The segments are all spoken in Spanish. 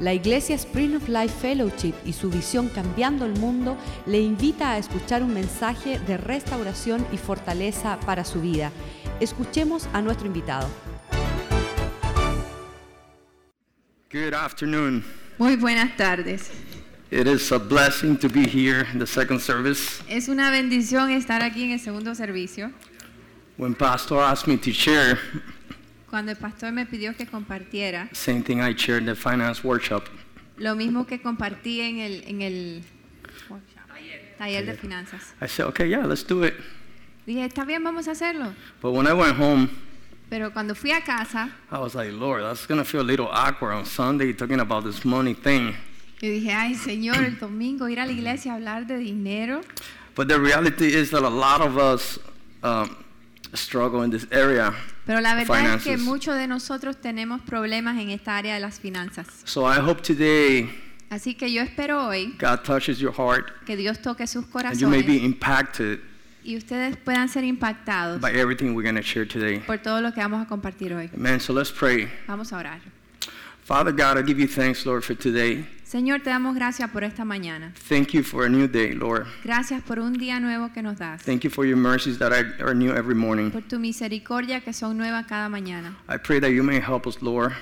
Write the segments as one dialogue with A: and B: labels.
A: La Iglesia Spring of Life Fellowship y su visión Cambiando el Mundo le invita a escuchar un mensaje de restauración y fortaleza para su vida. Escuchemos a nuestro invitado.
B: Good afternoon.
C: Muy buenas tardes.
B: It is a blessing to be here in the second service.
C: Es una bendición estar aquí en el segundo servicio.
B: When Pastor asked me to share,
C: Cuando el pastor me pidió que compartiera
B: same thing I shared in the finance workshop.
C: lo mismo que compartí en el, en el workshop, taller de finanzas.
B: I said, okay, yeah, let's do it.
C: Dije, está bien, vamos a hacerlo.
B: But when I went home,
C: Pero cuando fui a casa,
B: I was like, Lord, that's going to feel a little awkward on Sunday talking about this money thing.
C: yo dije, ay Señor, el domingo ir a la iglesia a hablar de dinero.
B: But the reality is that a lot of us um, struggle in this area.
C: Pero la verdad es que
B: Finanzas.
C: muchos de nosotros tenemos problemas en esta área de las finanzas.
B: So I hope today
C: Así que yo espero hoy
B: God touches your heart
C: que Dios toque sus
B: and you may
C: corazones
B: be impacted
C: y ustedes puedan ser impactados
B: by everything we're going to share today.
C: por todo lo que vamos a compartir hoy.
B: Amen. So let's pray.
C: Vamos a orar.
B: Father God, I give you thanks, Lord, for today.
C: Señor, te damos gracias por esta mañana.
B: Thank you for a new day, Lord.
C: Gracias por un día nuevo que nos das.
B: Thank you for your mercies that are are new every morning.
C: Por tu misericordia que son nuevas cada mañana.
B: I pray that you may help us, Lord,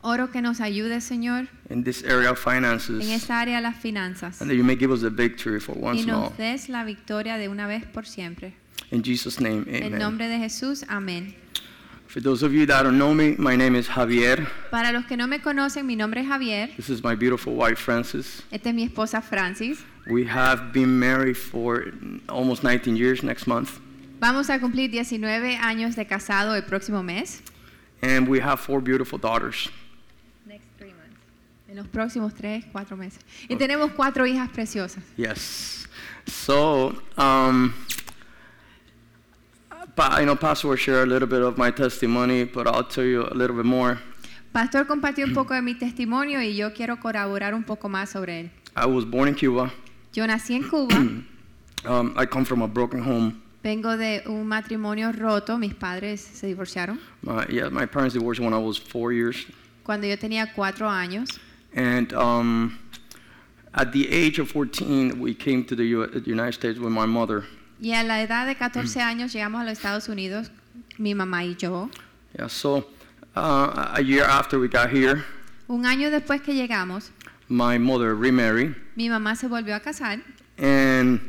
C: Oro que nos ayudes, Señor,
B: in this area of
C: en
B: finances,
C: esta área de las finanzas.
B: and that you may give us the victory for once
C: Y
B: and all.
C: nos des la victoria de una vez por siempre.
B: In Jesus' name,
C: En
B: amen.
C: nombre de Jesús, amén.
B: For those of you that don't know me, my name is Javier.
C: Para los que no me conocen, mi nombre es Javier.
B: This is my beautiful wife, Frances.
C: Esta es mi esposa Francis.
B: We have been married for almost 19 years next month,
C: Vamos a cumplir 19 años de casado el próximo mes.
B: and we have four beautiful daughters.
C: En los próximos 3, 4 meses. Y tenemos cuatro hijas preciosas.
B: Yes. So, um, pa- you know, Pastor will share a little bit of my testimony, but I'll tell you a little bit more.
C: Pastor compartió un poco de mi testimonio y yo quiero colaborar un poco más sobre él.
B: I was born in Cuba.
C: Yo nací en Cuba,
B: Um, I come from a broken home.
C: vengo de un matrimonio roto, mis padres se divorciaron
B: My, yeah, my parents divorced when I was four years,
C: cuando yo tenía cuatro años.
B: and um, at the age of 14, we came to the, U- the United States with my mother.
C: Y a la edad de 14 años llegamos a los Estados Unidos, mi mamá y yo.
B: Yeah. So, uh, a year after we got here,
C: Un año después que llegamos,
B: my mother remarried,
C: mi mamá se volvió a casar
B: and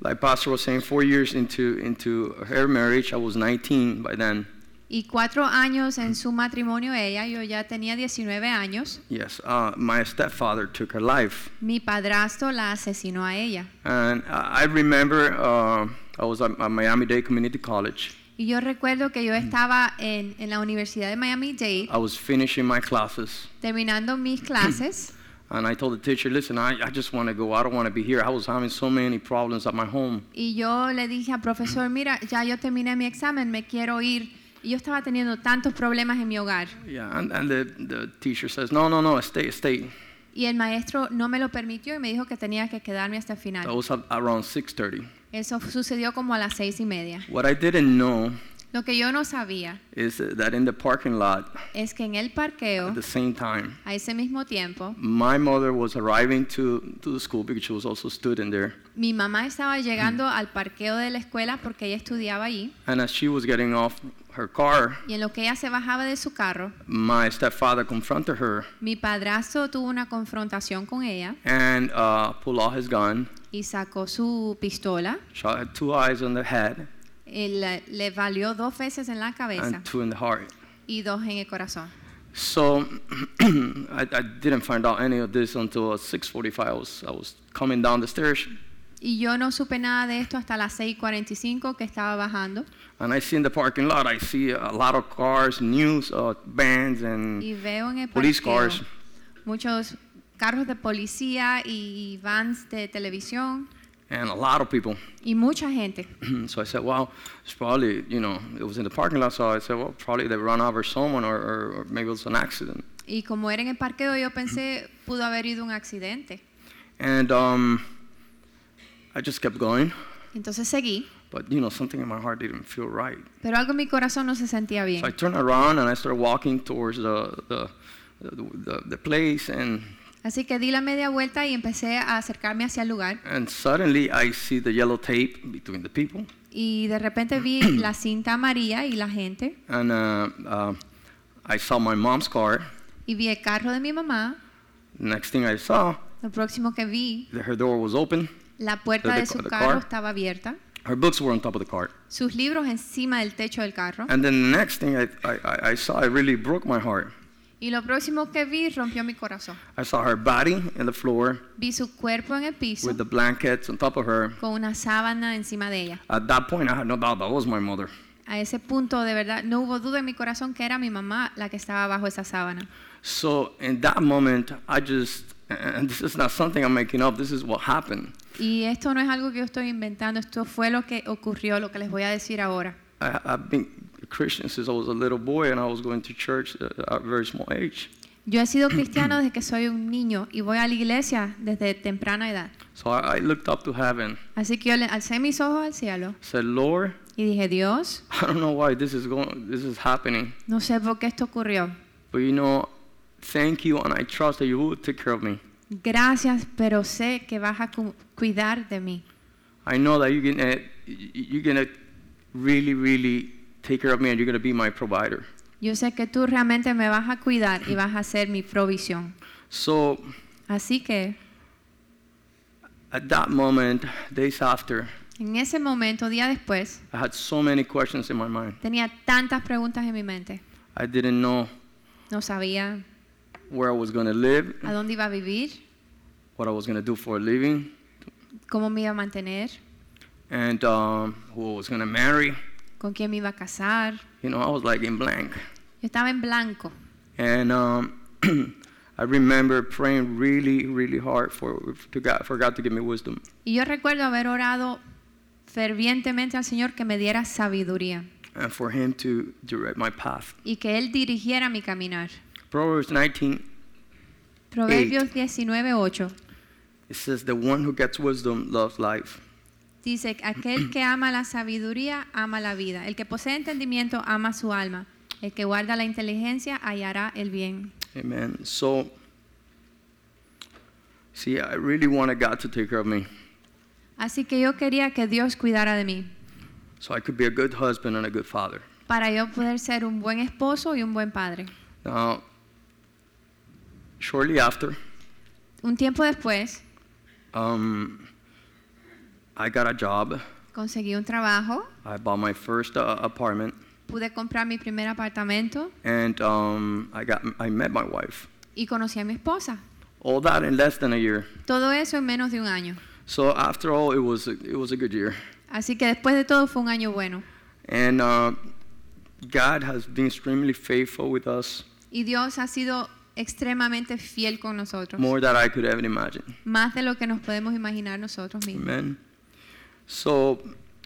B: like Pastor was saying, four years into into her marriage, I was 19 by then.
C: y cuatro años en su matrimonio ella, yo ya tenía 19 años,
B: Yes, uh, my stepfather took her life,
C: mi padrastro la asesinó a ella.
B: and I I remember uh, I was at at Miami-Dade Community College.
C: Y yo recuerdo que yo estaba en, en la Universidad de Miami-Dade
B: I was finishing my classes,
C: terminando mis clases
B: and I told the teacher, "Listen, I, I just want to go. I don't want to be here. I was having so many problems at my home."
C: y yo le dije al profesor, mira, ya yo terminé mi examen, me quiero ir. Y yo estaba teniendo tantos problemas en mi hogar
B: Yeah, and, and the, the teacher says, "No, no, no, stay, stay."
C: y el maestro no me lo permitió y me dijo que tenía que quedarme hasta el
B: That
C: final.
B: was at, around 6:30.
C: Eso sucedió como a las seis y media.
B: What I didn't know
C: Lo que yo no sabía
B: is that in the parking lot
C: es que en el parqueo,
B: at the same time,
C: a ese mismo tiempo,
B: my mother was arriving to to the school because she was also a student there.
C: mi mamá estaba llegando al parqueo de la escuela porque ella estudiaba ahí
B: And as she was getting off her car,
C: y en lo que ella se bajaba de su carro,
B: my stepfather confronted her
C: Mi padrastro tuvo una confrontación con ella
B: and uh, pulled out his gun,
C: y sacó su pistola.
B: shot her two eyes on the head
C: Él, eh, le valió dos veces en la cabeza
B: and two in the heart.
C: y dos en el corazón.
B: So I, I didn't find out any of this until 6:45. I was I was coming down the stairs,
C: Y yo no supe nada de esto hasta las 6:45 que estaba bajando
B: and I see in the parking lot. I see a lot of cars, news, uh, bands, and
C: y veo en el
B: Police
C: parqueo
B: cars.
C: muchos carros de policía y vans de televisión
B: and a lot of people.
C: y mucha gente.
B: so I said, well, it's probably you know it was in the parking lot. So I said, well, probably they run over someone, or, or, or maybe it was an accident.
C: Y como era en el parqueo, yo pensé pudo haber ido un accidente.
B: And um, I just kept going,
C: Entonces seguí,
B: but you know something in my heart didn't feel right.
C: pero algo en mi corazón no se sentía bien.
B: So I turned around and I started walking towards the the, the, the, the place and
C: Así que di la media vuelta y empecé a acercarme hacia el lugar
B: And suddenly I see the yellow tape between the people.
C: y de repente vi la cinta amarilla y la gente
B: And uh, uh, I saw my mom's car.
C: y vi el carro de mi mamá.
B: Next thing I saw,
C: Lo próximo que vi,
B: that her door was open.
C: la puerta
B: The-
C: de
B: the-
C: su
B: the
C: carro
B: car.
C: estaba abierta,
B: Her books were on top of the cart.
C: sus libros encima del techo del carro.
B: And then the next thing I, I, I- I saw, it really broke my heart.
C: Y lo próximo que vi rompió mi corazón.
B: I saw her body in the floor
C: Vi su cuerpo en el piso
B: with the blankets on top of her.
C: con una sábana encima de ella.
B: At that point, I had no doubt that was my mother.
C: A ese punto, de verdad, no hubo duda en mi corazón que era mi mamá la que estaba bajo esa sábana.
B: So in that moment, I just, and this is not something I'm making up, this is what happened.
C: Y esto no es algo que yo estoy inventando, esto fue lo que ocurrió, lo que les voy a decir ahora.
B: I, I've been a Christian since I was a little boy and I was going to church at a very small age.
C: Yo he sido cristiano desde que soy un niño y voy a la iglesia desde temprana edad.
B: So I, I looked up to heaven,
C: Así que yo le alcé mis ojos al cielo
B: said, Lord,
C: y dije, Dios,
B: I don't know why this is going, this is happening,
C: no sé por qué esto ocurrió.
B: but you know, thank you and I trust that you will take care of me.
C: Gracias, pero sé que vas a cu- cuidar de mí.
B: I know that you're gonna, you're gonna really, really take care of me and you're gonna be my provider.
C: Yo sé que tú realmente me vas a cuidar y vas a ser mi provisión.
B: So
C: Así que
B: at that moment, days after,
C: en ese momento, día después,
B: I had so many questions in my mind.
C: tenía tantas preguntas en mi mente.
B: I didn't know
C: No sabía
B: where I was gonna live,
C: a dónde iba a vivir,
B: what I was gonna do for a living,
C: cómo me iba a mantener,
B: and um, who I was gonna marry.
C: con quién me iba a casar.
B: You know, I was like in blank.
C: Yo estaba en blanco.
B: And um, I remember praying really, really hard for to God for God to give me wisdom.
C: Y yo recuerdo haber orado fervientemente al Señor que me diera sabiduría
B: and for him to direct my path.
C: y que Él dirigiera mi caminar.
B: Proverbs 19,
C: Proverbios 19:8
B: it says, The one who gets wisdom loves life.
C: dice, aquel que ama la sabiduría ama la vida, el que posee entendimiento ama su alma, el que guarda la inteligencia hallará el bien.
B: Amen. So, see, I really wanted God to take care of me
C: Así que yo quería que Dios cuidara de mí
B: so I could be a good husband and a good father.
C: para yo poder ser un buen esposo y un buen padre.
B: Now, shortly after,
C: Un tiempo después
B: um, I got a job.
C: conseguí un trabajo,
B: I bought my first uh, apartment,
C: pude comprar mi primer apartamento
B: and um, I got I met my wife.
C: y conocí a mi esposa.
B: All that in less than a year.
C: Todo eso en menos de un año.
B: So after all, it was a, it was a good year.
C: Así que después de todo fue un año bueno.
B: And uh, God has been extremely faithful with us,
C: Y Dios ha sido extremadamente fiel con nosotros,
B: more than I could ever imagine.
C: más de lo que nos podemos imaginar nosotros mismos.
B: Amen. So,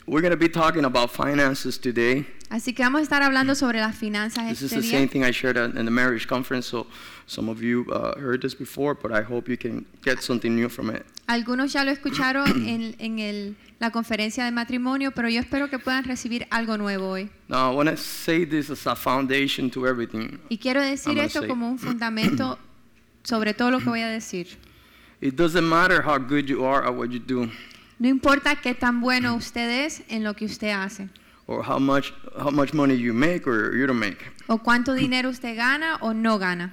B: we're going to be talking about finances today.
C: Así que vamos a estar hablando sobre las finanzas
B: This is
C: este
B: the
C: día.
B: same thing I shared at- in the marriage conference, so some of you uh, heard this before, but I hope you can get something new from it.
C: Algunos ya lo escucharon en, en el- la conferencia de matrimonio, pero yo espero que puedan recibir algo nuevo hoy.
B: Now, I want to say this as a foundation to everything.
C: Y quiero decir
B: gonna
C: esto
B: say-
C: como un fundamento sobre todo lo que voy a decir.
B: It doesn't matter how good you are at what you do,
C: No importa qué tan bueno usted es en lo que usted hace,
B: or how much, how much money you make or you don't make.
C: o cuánto dinero usted gana o no gana.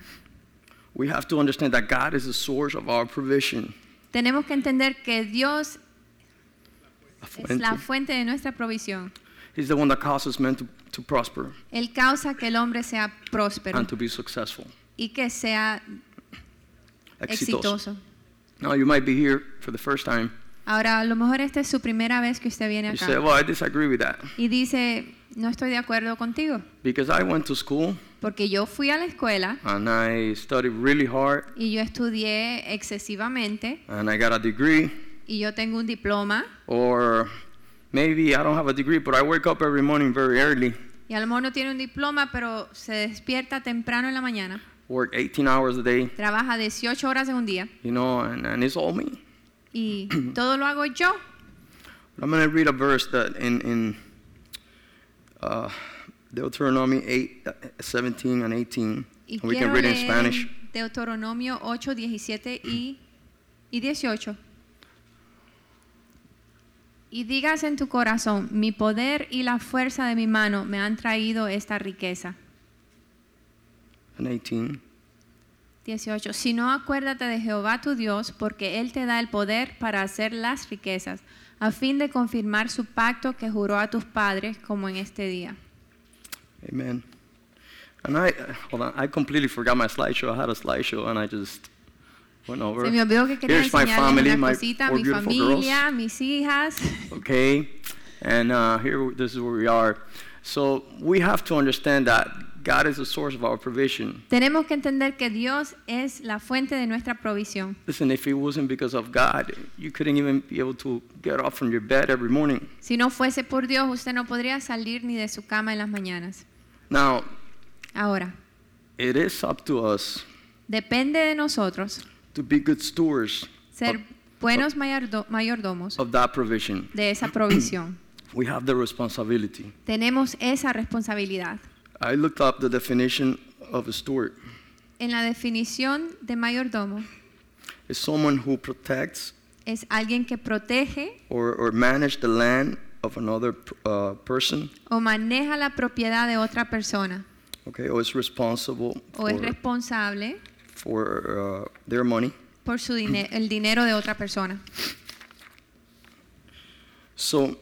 B: We have to understand that God is the source of our provision.
C: Tenemos que entender que Dios es la
B: Fuente.
C: fuente de nuestra provisión.
B: He's the one that causes men to, to prosper
C: Él causa que el hombre sea próspero
B: and to be successful.
C: y que sea
B: Exitoso.
C: exitoso.
B: Now, you might be here for the first time.
C: Ahora, a lo mejor esta es su primera vez que usted viene
B: You say,
C: acá
B: Well, I disagree with that
C: y dice, no estoy de acuerdo contigo,
B: because I went to school
C: porque yo fui a la escuela
B: and I studied really hard
C: y yo estudié excesivamente
B: and I got a degree,
C: y yo tengo un diploma
B: or maybe I don't have a degree, but I wake up every morning very early,
C: y a lo mejor no tiene un diploma, pero se despierta temprano en la mañana,
B: work 18 hours a day,
C: trabaja 18 horas en un día
B: you know, and, and it's all me.
C: y todo lo hago yo.
B: But I'm going to read a verse that in, in uh, Deuteronomy 8, uh, 17 and 18.
C: Y
B: we
C: quiero
B: can read it in
C: leer
B: Spanish.
C: Deuteronomio 8, 17 y, y 18. Y digas en tu corazón, mi poder y la fuerza de mi mano me han traído esta riqueza.
B: and 18.
C: 18. Si no, acuérdate de Jehová tu Dios, porque Él te da el poder para hacer las riquezas, a fin de confirmar su pacto que juró a tus padres, como en este día.
B: Amen. And I, hold on, I completely forgot my slideshow. I had a slideshow and I just went over.
C: Se me olvidó que quería
B: Here's my family,
C: enseñarles una
B: my
C: cosita,
B: four
C: mi
B: beautiful
C: familia, mis hijas.
B: girls. Okay. And uh, here, this is where we are. So we have to understand that God is the source of our provision.
C: Tenemos que entender que Dios es la fuente de nuestra provisión.
B: Listen, if it wasn't because of God, you couldn't even be able to get up from your bed every morning.
C: Si no fuese por Dios, usted no podría salir ni de su cama en las mañanas.
B: Now,
C: Ahora,
B: it is up to us
C: depende de nosotros
B: to be good stewards
C: ser buenos mayordo- mayordomos
B: of that provision.
C: de esa provisión.
B: We have the responsibility.
C: Tenemos esa responsabilidad.
B: I looked up the definition of a steward.
C: En la definición de mayordomo
B: It's someone who protects
C: es alguien que protege
B: or, or manage the land of another uh, person,
C: o maneja la propiedad de otra persona
B: okay, or is responsible
C: o es
B: for,
C: responsable
B: for uh, their money.
C: por su dine- el dinero de otra persona.
B: So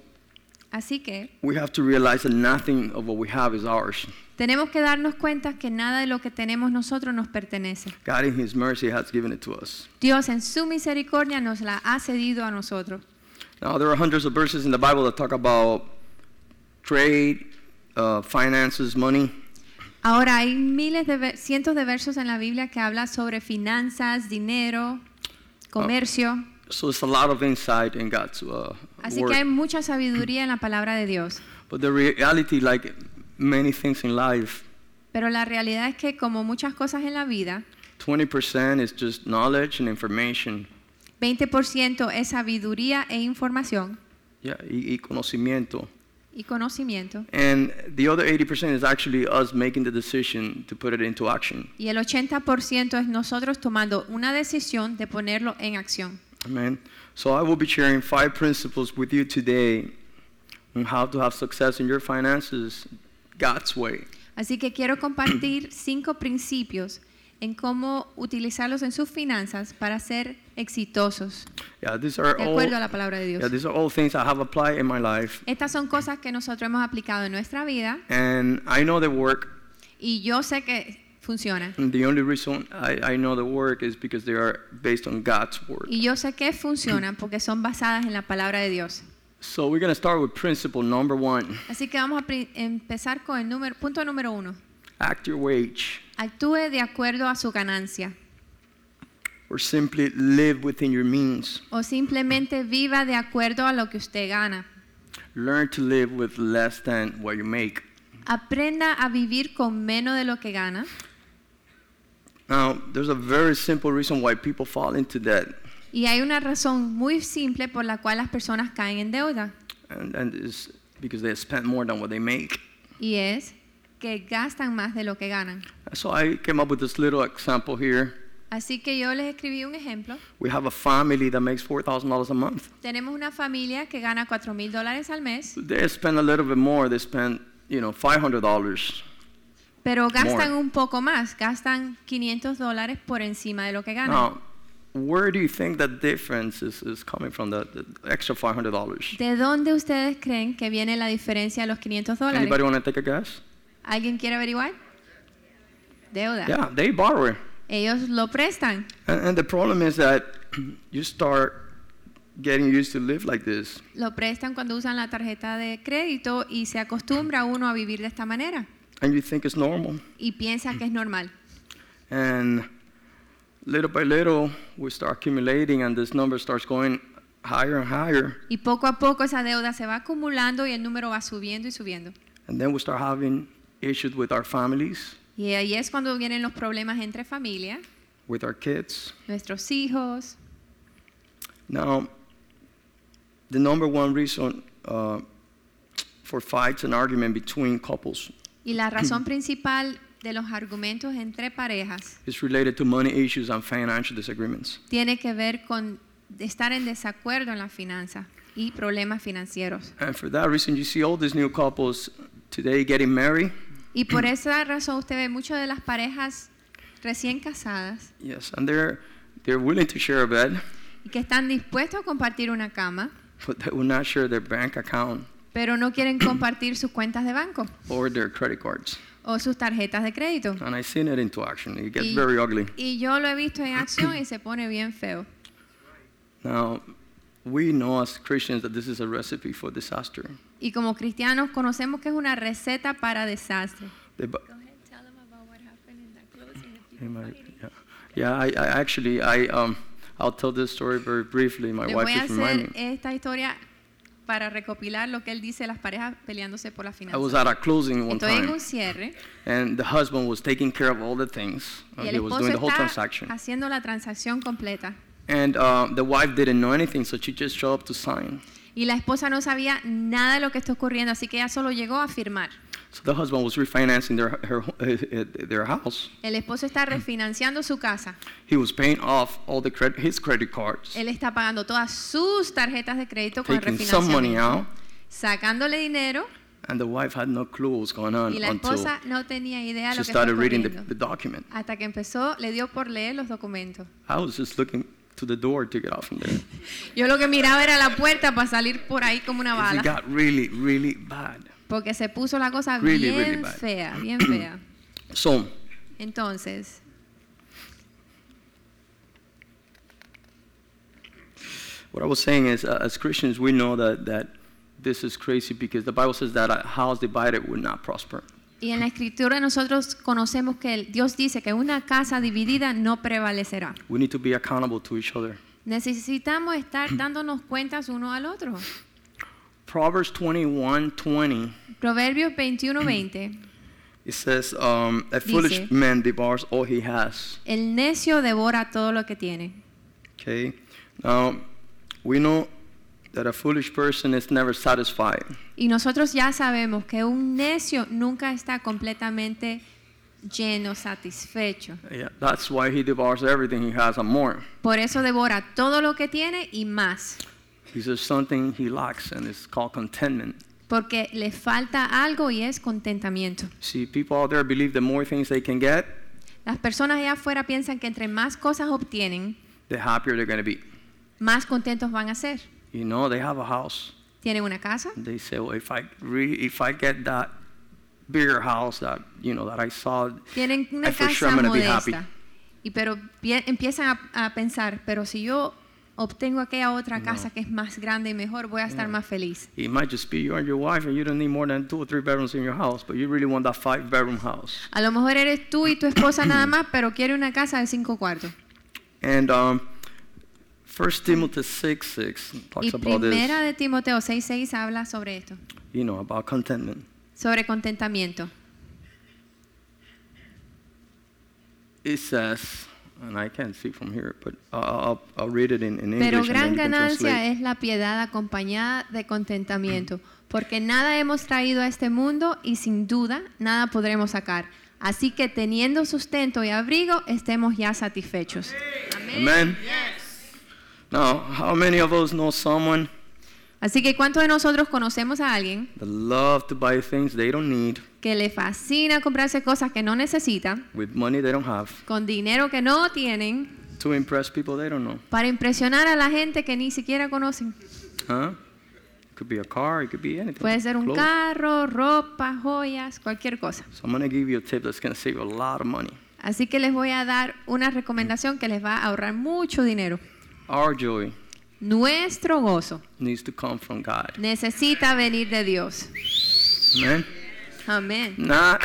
C: Así que
B: we have to realize that nothing of what we have is ours.
C: tenemos que darnos cuenta que nada de lo que tenemos nosotros nos pertenece.
B: God, in His mercy, has given it to us.
C: Dios en su misericordia nos la ha cedido a nosotros.
B: Now, there are hundreds of verses in the Bible that talk about trade, uh, finances, money.
C: Ahora hay miles de ver- cientos de versos en la Biblia que habla sobre finanzas, dinero, comercio.
B: So it's a lot of insight in God's uh,
C: Así que hay
B: Oh, word.
C: mucha sabiduría en la palabra de Dios.
B: But the reality, like many things in life,
C: Pero la realidad es que como muchas cosas en la vida,
B: 20% is just knowledge and information.
C: 20% es sabiduría e información
B: Yeah, y, y conocimiento.
C: y conocimiento.
B: And the other 80% is actually us making the decision to put it into action.
C: Y el 80% es nosotros tomando una decisión de ponerlo en acción.
B: Amen. So I will be sharing five principles with you today on how to have success in your finances God's way.
C: Así que quiero compartir cinco principios en cómo utilizarlos en sus finanzas para ser exitosos,
B: Yeah, these are
C: de
B: all
C: acuerdo a la palabra de
B: Yeah,
C: Dios.
B: these are all things I have applied in my life.
C: Estas son cosas que nosotros hemos aplicado en nuestra vida
B: And I know they work.
C: y yo sé que funcionan.
B: And the only reason I, I know they work is because they are based on God's word.
C: Y yo sé que funcionan porque son basadas en la palabra de Dios.
B: So we're going to start with principle number one.
C: Así que vamos a pri- empezar con el número, punto número uno.
B: Act your wage
C: Actúe de acuerdo a su ganancia
B: or simply live within your means.
C: o simplemente viva de acuerdo a lo que usted gana.
B: Learn to live with less than what you make.
C: Aprenda a vivir con menos de lo que gana.
B: Now, there's a very simple reason why people fall into debt.
C: Y hay una razón muy simple por la cual las personas caen en deuda
B: And, and it's because they spend more than what they make.
C: y es que gastan más de lo que ganan.
B: So I came up with this little example here.
C: Así que yo les escribí un ejemplo.
B: We have a family that makes $4,000 a month.
C: Tenemos una familia que gana 4 mil dólares al mes,
B: They spend a little bit more. They spend, you know, $500.
C: pero gastan
B: More.
C: un poco más, gastan 500 dólares por encima de lo que ganan.
B: Now, where do you think that difference is, is coming from, the, the extra $500?
C: ¿De dónde ustedes creen que viene la diferencia de los 500 dólares?
B: Anybody want to take a guess?
C: ¿Alguien quiere averiguar? Deuda.
B: Yeah, they borrow it.
C: Ellos lo prestan.
B: And, and the problem is that you start getting used to live like this.
C: Lo prestan cuando usan la tarjeta de crédito y se acostumbra uno a vivir de esta manera
B: and you think it's normal.
C: y piensa que es normal.
B: And little by little, we start accumulating, and this number starts going higher and higher.
C: Y poco a poco esa deuda se va acumulando y el número va subiendo y subiendo.
B: And then we start having issues with our families,
C: Y ahí es cuando vienen los problemas entre familia,
B: with our kids.
C: nuestros hijos.
B: Now, the number one reason uh, for fights and argument between couples
C: Y la razón principal de los argumentos entre parejas
B: It's related to money issues and financial disagreements.
C: tiene que ver con estar en desacuerdo en la finanza y problemas financieros.
B: And for that reason, you see all these new couples today getting married.
C: Y por esa razón usted ve muchas de las parejas recién casadas
B: Yes, and they're they're willing to share a bed,
C: y que están dispuestos a compartir una cama,
B: but they will not share their bank account
C: pero no quieren compartir sus cuentas de banco
B: or their credit cards.
C: o sus tarjetas de crédito.
B: And I've seen it into action. It gets
C: Y-
B: very ugly.
C: Y yo lo he visto en acción y se pone bien feo.
B: Now, we know as Christians that this is a recipe for disaster.
C: Y como cristianos conocemos que es una receta para desastre.
B: The Bi- Am I- yeah. Yeah, I, I actually, I, um, I'll tell this story very briefly. My
C: Le
B: wife
C: voy a
B: is reminding
C: hacer
B: me.
C: esta historia para recopilar lo que él dice de las parejas peleándose por la
B: I was
C: finanza.
B: at a closing one
C: Estoy en
B: time,
C: un cierre
B: and the husband was taking care of all the things. Uh,
C: y el
B: he was
C: esposo
B: doing the whole
C: está
B: transaction.
C: haciendo la transacción completa.
B: And uh, the wife didn't know anything, so she just showed up to sign.
C: Y la esposa no sabía nada de lo que está ocurriendo, así que ella solo llegó a firmar.
B: So the husband was refinancing their, her, uh, uh, their house.
C: El esposo está refinanciando su casa.
B: He was paying off all the credit, his credit cards,
C: Él está pagando todas sus tarjetas de crédito con el
B: taking some money
C: refinanciamiento,
B: out,
C: sacándole dinero
B: and the wife had no clue what was going on
C: y la
B: until
C: esposa no tenía idea de
B: she
C: lo que estaba
B: started reading the,
C: ocurriendo.
B: the document.
C: Hasta que empezó, le dio por leer los documentos.
B: I was just looking to the door to get out from there.
C: Yo lo que miraba era la puerta para salir por ahí como una
B: It
C: bala,
B: got really, really bad.
C: porque se puso la cosa
B: Really,
C: bien
B: really bad.
C: fea, bien fea.
B: So,
C: Entonces,
B: what I was saying is, uh, as Christians, we know that, that this is crazy because the Bible says that a house divided would not prosper.
C: y en la escritura nosotros conocemos que el- Dios dice que una casa dividida no prevalecerá.
B: We need to be accountable to each other.
C: Necesitamos estar dándonos cuentas uno al otro.
B: Proverbs 21 20,
C: Proverbios 21:20.
B: it says, um, A foolish
C: Dice.
B: man devours all he has.
C: El necio devora todo lo que tiene.
B: Okay? Now, we know that a foolish person is never satisfied.
C: Y nosotros ya sabemos que un necio nunca está completamente lleno, satisfecho.
B: Yeah, that's why he devours everything he has and more.
C: Por eso devora todo lo que tiene y más,
B: He's just something he lacks, and it's called contentment.
C: porque le falta algo y es contentamiento.
B: See, people out there believe the more things they can get,
C: Las personas allá afuera piensan que entre más cosas obtienen,
B: the happier they're going to be.
C: más contentos van a ser.
B: You know, they have a house.
C: Tienen una casa
B: They say, well, if I re- if I get that bigger house that you know that I saw,
C: Tienen una
B: I for
C: casa
B: sure I'm gonna be happy.
C: modesta. Y pero pie- empiezan a, a pensar, pero si yo obtengo aquella otra casa que es más grande y mejor, voy a estar más feliz.
B: it might just be you and your wife, and you don't need more than two or three bedrooms in your house, but you really want that five bedroom house.
C: A lo mejor eres tú y tu esposa nada más, pero quiere una casa de cinco cuartos.
B: And um, 1 Timothy six six talks
C: Y
B: about this.
C: primera de Timoteo 6:6 habla sobre esto,
B: You know about contentment.
C: sobre contentamiento.
B: It says, and I can't see from here, but I'll, I'll, I'll read it in, in English.
C: Pero
B: and then
C: gran
B: you can translate.
C: ganancia es la piedad acompañada de contentamiento, porque nada hemos traído a este mundo y sin duda nada podremos sacar. Así que teniendo sustento y abrigo, estemos ya satisfechos.
B: Amen. Yes. Now, how many of us know someone
C: Así que ¿cuántos de nosotros conocemos a alguien
B: that love to buy things they don't need
C: que le fascina comprarse cosas que no necesita,
B: with money they don't have
C: con dinero que no tienen,
B: to impress people they don't know?
C: para impresionar a la gente que ni siquiera conocen?
B: Huh? Could be a car, it could be anything.
C: Puede ser un
B: clothes.
C: carro, ropa, joyas, cualquier cosa.
B: So I'm gonna give you a tip that's gonna save you a lot of money.
C: Así que les voy a dar una recomendación que les va a ahorrar mucho dinero.
B: Our joy
C: Nuestro gozo
B: needs to come from God.
C: necesita venir de Dios.
B: Amen.
C: Amén.
B: Not.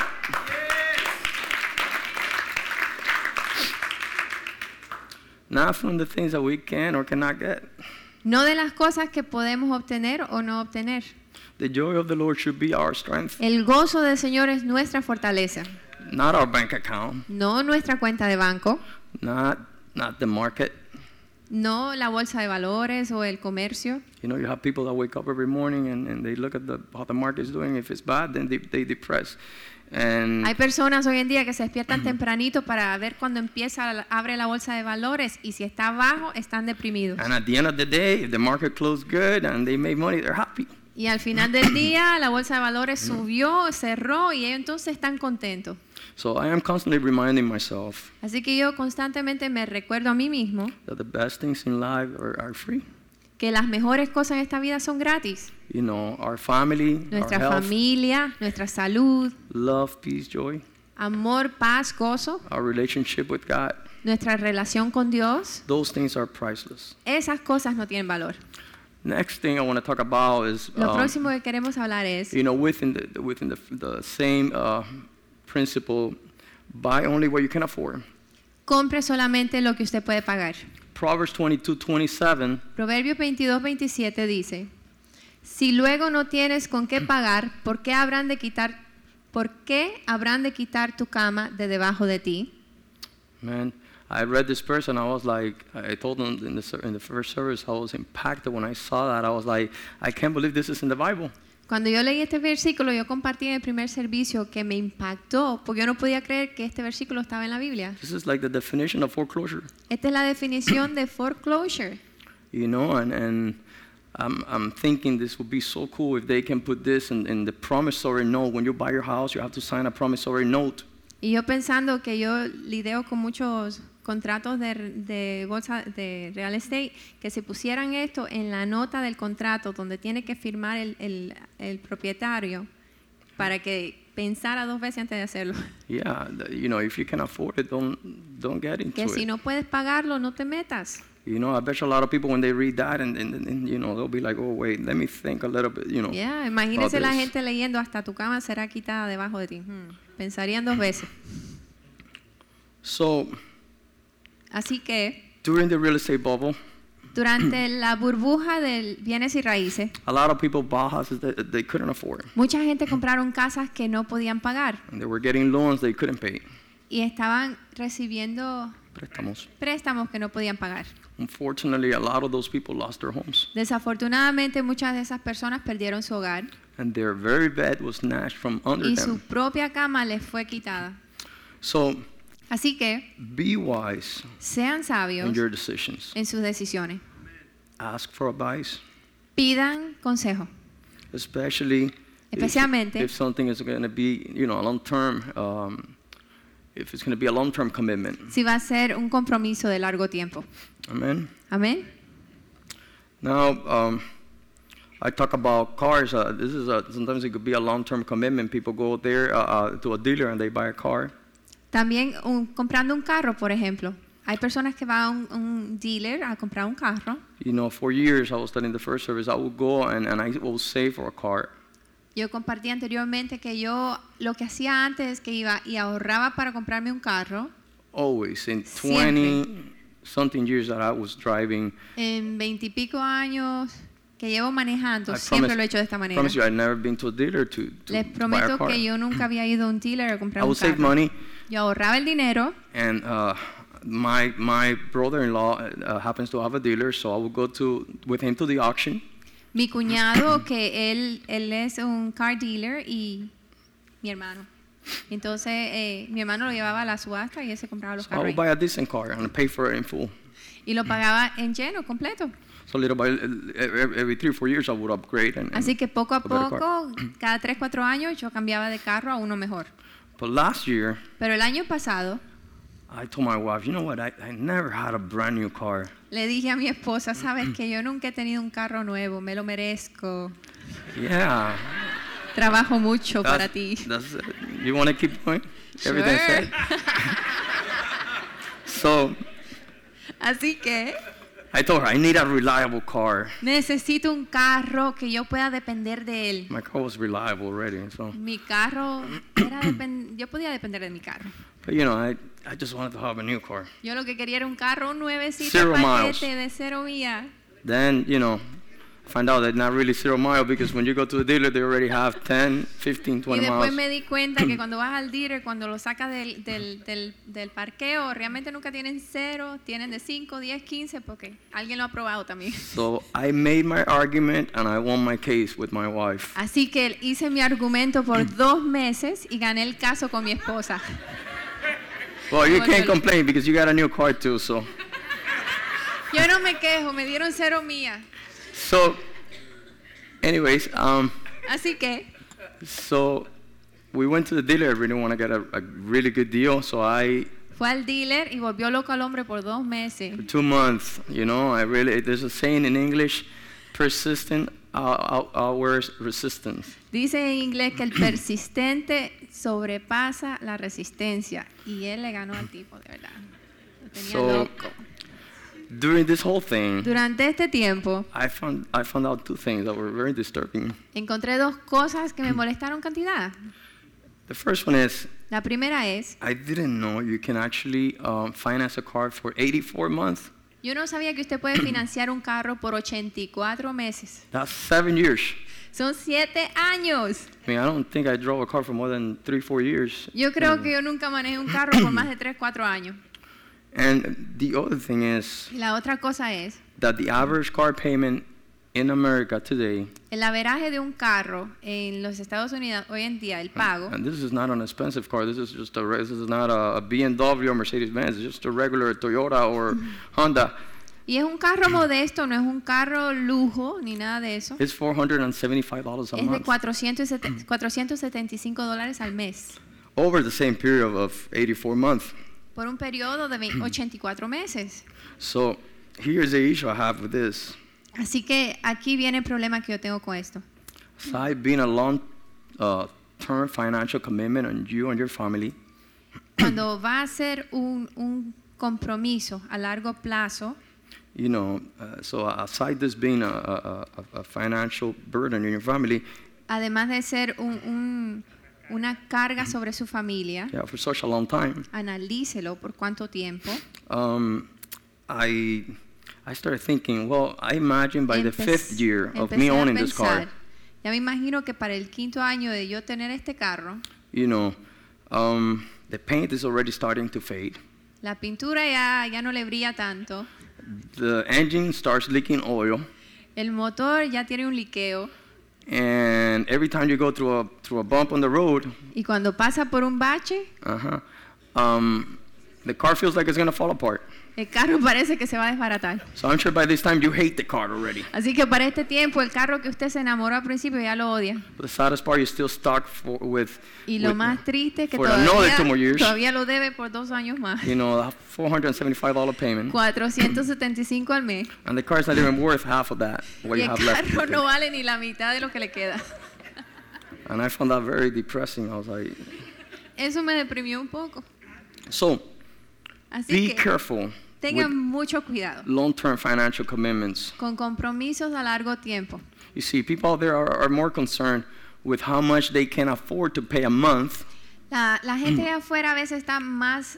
B: Not from the things that we can or cannot get.
C: No de las cosas que podemos obtener o no obtener.
B: The joy of the Lord should be our strength,
C: El gozo del Señor es nuestra fortaleza,
B: not our bank account,
C: no nuestra cuenta de banco,
B: not not the market.
C: no la bolsa de valores o el comercio.
B: You know, you have people that wake up every morning and, and they look at the, how the market's doing. If it's bad, then they, they depress. And
C: Hay personas hoy en día que se despiertan tempranito para ver cuando empieza, la- abre la bolsa de valores y si está bajo, están deprimidos.
B: and at the end of the day, if the market closed good and they made money, they're happy.
C: Y al final del día, la bolsa de valores subió, cerró y ellos entonces están contentos.
B: So I am constantly reminding myself
C: Así que yo constantemente me recuerdo a mí mismo
B: that the best things in life are, are free.
C: que las mejores cosas en esta vida son gratis.
B: You know, our family,
C: Nuestra
B: our health,
C: familia, nuestra salud,
B: love, peace, joy,
C: amor, paz, gozo,
B: our relationship with God.
C: nuestra relación con Dios,
B: Those things are priceless.
C: esas cosas no tienen valor.
B: Next thing I want to talk about is
C: Lo
B: um,
C: próximo que queremos hablar es,
B: you know within the within the, the same uh, principle, buy only what you can afford.
C: compre solamente lo que usted puede pagar.
B: Proverbs 22, 27
C: Proverbios 22, 27 dice, si luego no tienes con qué pagar, ¿por qué habrán de quitar, por qué habrán de quitar tu cama de debajo de ti?
B: Man, I read this verse and I was like, I told them in the, ser- in the first service, I was impacted when I saw that. I was like, I can't believe this is in the Bible.
C: Cuando yo leí este versículo, yo compartí en el primer servicio que me impactó, porque yo no podía creer que este versículo estaba en la Biblia.
B: This is like the definition of foreclosure,
C: Esta es la definición de foreclosure.
B: you know? And, and I'm, I'm thinking this would be so cool if they can put this in, in the promissory note. When you buy your house, you have to sign a promissory note.
C: Y yo pensando que yo lideo con muchos contratos de, de bolsa de real estate, que si pusieran esto en la nota del contrato donde tiene que firmar el, el- el propietario para que pensara dos veces antes de hacerlo.
B: Yeah, th- you know, if you can afford it, don't, don't get into
C: Que si
B: it.
C: no puedes pagarlo, no te metas.
B: You know, I bet you a lot of people when they read that and, and, and you know, they'll be like, oh, wait, let me think a little bit, you know.
C: Yeah, Imagínese
B: about
C: la
B: this.
C: gente leyendo hasta tu cama será quitada debajo de ti. Hmm, Pensarían dos veces.
B: So
C: Así que
B: during the real estate bubble,
C: durante la burbuja de bienes y raíces,
B: A lot of people bought houses that they couldn't afford,
C: mucha gente compraron casas que no podían pagar.
B: and they were getting loans they couldn't pay.
C: y estaban recibiendo
B: Préstamos.
C: préstamos que no podían pagar.
B: Unfortunately, a lot of those people lost their homes,
C: Desafortunadamente muchas de esas personas perdieron su hogar
B: and their very bed was snatched from under
C: y su
B: them.
C: propia cama les fue quitada.
B: So
C: Así que
B: be wise
C: sean sabios
B: in your decisions.
C: en sus decisiones.
B: Ask for advice,
C: Pidan consejo,
B: especially if-
C: Especialmente.
B: if, something is going to be, you know, a long-term. Um, if it's going to be a long-term commitment.
C: si va a ser un compromiso de largo tiempo.
B: Amen.
C: Amén.
B: Now, um, I talk about cars. Uh, this is a, sometimes it could be a long-term commitment. People go there uh, uh, to a dealer and they buy a car.
C: También un- comprando un carro, por ejemplo. Hay personas que van a un- un dealer a comprar un carro.
B: You know, for years I was studying the first service. I would go and, and I will save for a car.
C: Yo compartí anteriormente que yo lo que hacía antes es que iba y ahorraba para comprarme un carro.
B: Always in
C: Siempre.
B: 20 something years that I was driving.
C: En veintipico años que llevo manejando,
B: I
C: siempre
B: promise-
C: lo he hecho de esta manera.
B: promise you, I'd never been to a dealer to, to
C: Les
B: buy a
C: prometo
B: car.
C: que yo nunca había ido a un dealer a
B: I
C: comprar un
B: would save
C: carro.
B: money,
C: Yo ahorraba el dinero
B: and uh, my my brother-in-law uh, happens to have a dealer, so I would go to with him to the auction.
C: mi cuñado, que él, él es un car dealer, y mi hermano. Entonces, eh, mi hermano lo llevaba a la subasta y él se compraba los
B: So I would
C: carros.
B: buy
C: ahí.
B: a decent car and pay for it in full.
C: Y lo pagaba en lleno, completo.
B: So little by little, every, every three or four years, I would upgrade. And,
C: Así que poco a
B: a better car.
C: poco, cada 3, 4 años, yo cambiaba de carro a uno mejor.
B: but last year,
C: Pero el año pasado,
B: I told my wife, you know what? I, I never had a brand new car.
C: Le dije a mi esposa, sabes que yo nunca he tenido un carro nuevo, me lo merezco.
B: Yeah.
C: Trabajo mucho para
B: That's,
C: ti.
B: that's it. You want to keep going? Everything's
C: Sure.
B: said. So
C: Así que
B: I told her I need a reliable car.
C: necesito un carro que yo pueda depender de él.
B: My car was reliable already. So,
C: Mi carro, era depen- yo podía depender de mi carro.
B: but you know, I, I just wanted to have a new car.
C: Yo lo que quería era un carro, un nuevecito
B: Zero
C: paquete
B: miles.
C: de cero millas.
B: Then you know, Find out that not really zero mile because when you go to the dealer, they already have 10, 15,
C: Y
B: 20 miles.
C: después me di cuenta que cuando vas al dealer, cuando lo sacas del, del, del, del parqueo, realmente nunca tienen cero, tienen de 5, 10, 15, porque alguien lo ha probado también.
B: So I made my argument and I won my case with my wife.
C: Así que hice mi argumento por dos meses y gané el caso con mi esposa.
B: Well, you
C: Well,
B: can't
C: well.
B: complain because you got a new car too. So,
C: Yo no me quejo, me dieron cero mía.
B: so, anyways, um,
C: Así que
B: so we went to the dealer. I really want to get a, a really good deal. So I,
C: fue al dealer y volvió loco al hombre por dos meses.
B: for two months, you know, I really. There's a saying in English, persistent out, out, outwears resistance.
C: Dice en inglés que el persistente sobrepasa la resistencia. Y él le ganó al tipo, de verdad. Lo tenía
B: So-
C: loco.
B: During this whole thing,
C: Durante este tiempo
B: I found I found out two things that were very disturbing.
C: encontré dos cosas que me molestaron cantidad.
B: The first one is
C: La primera es,
B: I didn't know you can actually um, finance a car for 84 months.
C: yo no sabía que usted puede financiar un carro por 84 meses.
B: That's seven years.
C: Son 7 años.
B: I mean, I don't think I drove a car for more than three, four years.
C: Yo creo que yo nunca manejé un carro por más de 3, 4 años.
B: And the other thing is
C: Y la otra cosa es,
B: that the average car payment in America today,
C: el averaje de un carro en los Estados Unidos hoy en día,
B: Ah,
C: el pago,
B: and this is not an expensive car. This is just a re- this is not a, a BMW or Mercedes Benz. It's just a regular Toyota or Honda.
C: y es un carro modesto, no es un carro lujo ni nada de eso,
B: It's 475 dollars a
C: es de
B: month
C: 470 475 dólares al mes,
B: over the same period of, of 84 months.
C: por un periodo de 20 84 meses.
B: So here's the issue I have with this.
C: Así que aquí viene el problema que yo tengo con esto.
B: Aside being a long-term financial commitment on you and your family,
C: Cuando va a ser un, un compromiso a largo plazo,
B: you know, uh, so aside this being a, a, a, a financial burden in your family,
C: además de ser un- un- una carga sobre su familia,
B: yeah, for such a long time,
C: analícelo por cuánto tiempo.
B: um, I, I started thinking, well, I imagine by the
C: Empec-
B: fifth year of
C: empecé
B: me
C: a
B: owning this car,
C: pensar, Ya me imagino que para el quinto año de yo tener este carro,
B: you know, um, the paint is already starting to fade.
C: la pintura ya, ya no le brilla tanto,
B: The engine starts leaking oil,
C: el motor ya tiene un liqueo
B: and every time you go through a through a bump on the road,
C: y cuando pasa por un bache,
B: Uh-huh. Um, the car feels like it's gonna fall apart.
C: el carro parece que se va a desbaratar.
B: So I'm sure by this time you hate the car already.
C: Así que para este tiempo el carro que usted se enamoró al principio ya lo odia.
B: But the saddest part, you're still stuck for, with,
C: Y lo
B: with,
C: más triste es que
B: for another
C: todavía,
B: two more years.
C: todavía lo debe por dos años más.
B: you know, a $475 payment,
C: 475 al mes.
B: and the car's not even worth half of that. What
C: Y
B: you
C: el
B: have left.
C: carro
B: with
C: no
B: it.
C: vale ni la mitad de lo que le queda.
B: And I found that very depressing. I was like,
C: Eso me deprimió un poco.
B: so
C: Así
B: be
C: que
B: careful
C: tengan
B: with
C: mucho cuidado
B: long-term financial commitments.
C: con compromisos a largo tiempo.
B: You see, people out there are, are more concerned with how much they can afford to pay a month
C: La, la
B: Mm.
C: gente de afuera a veces está más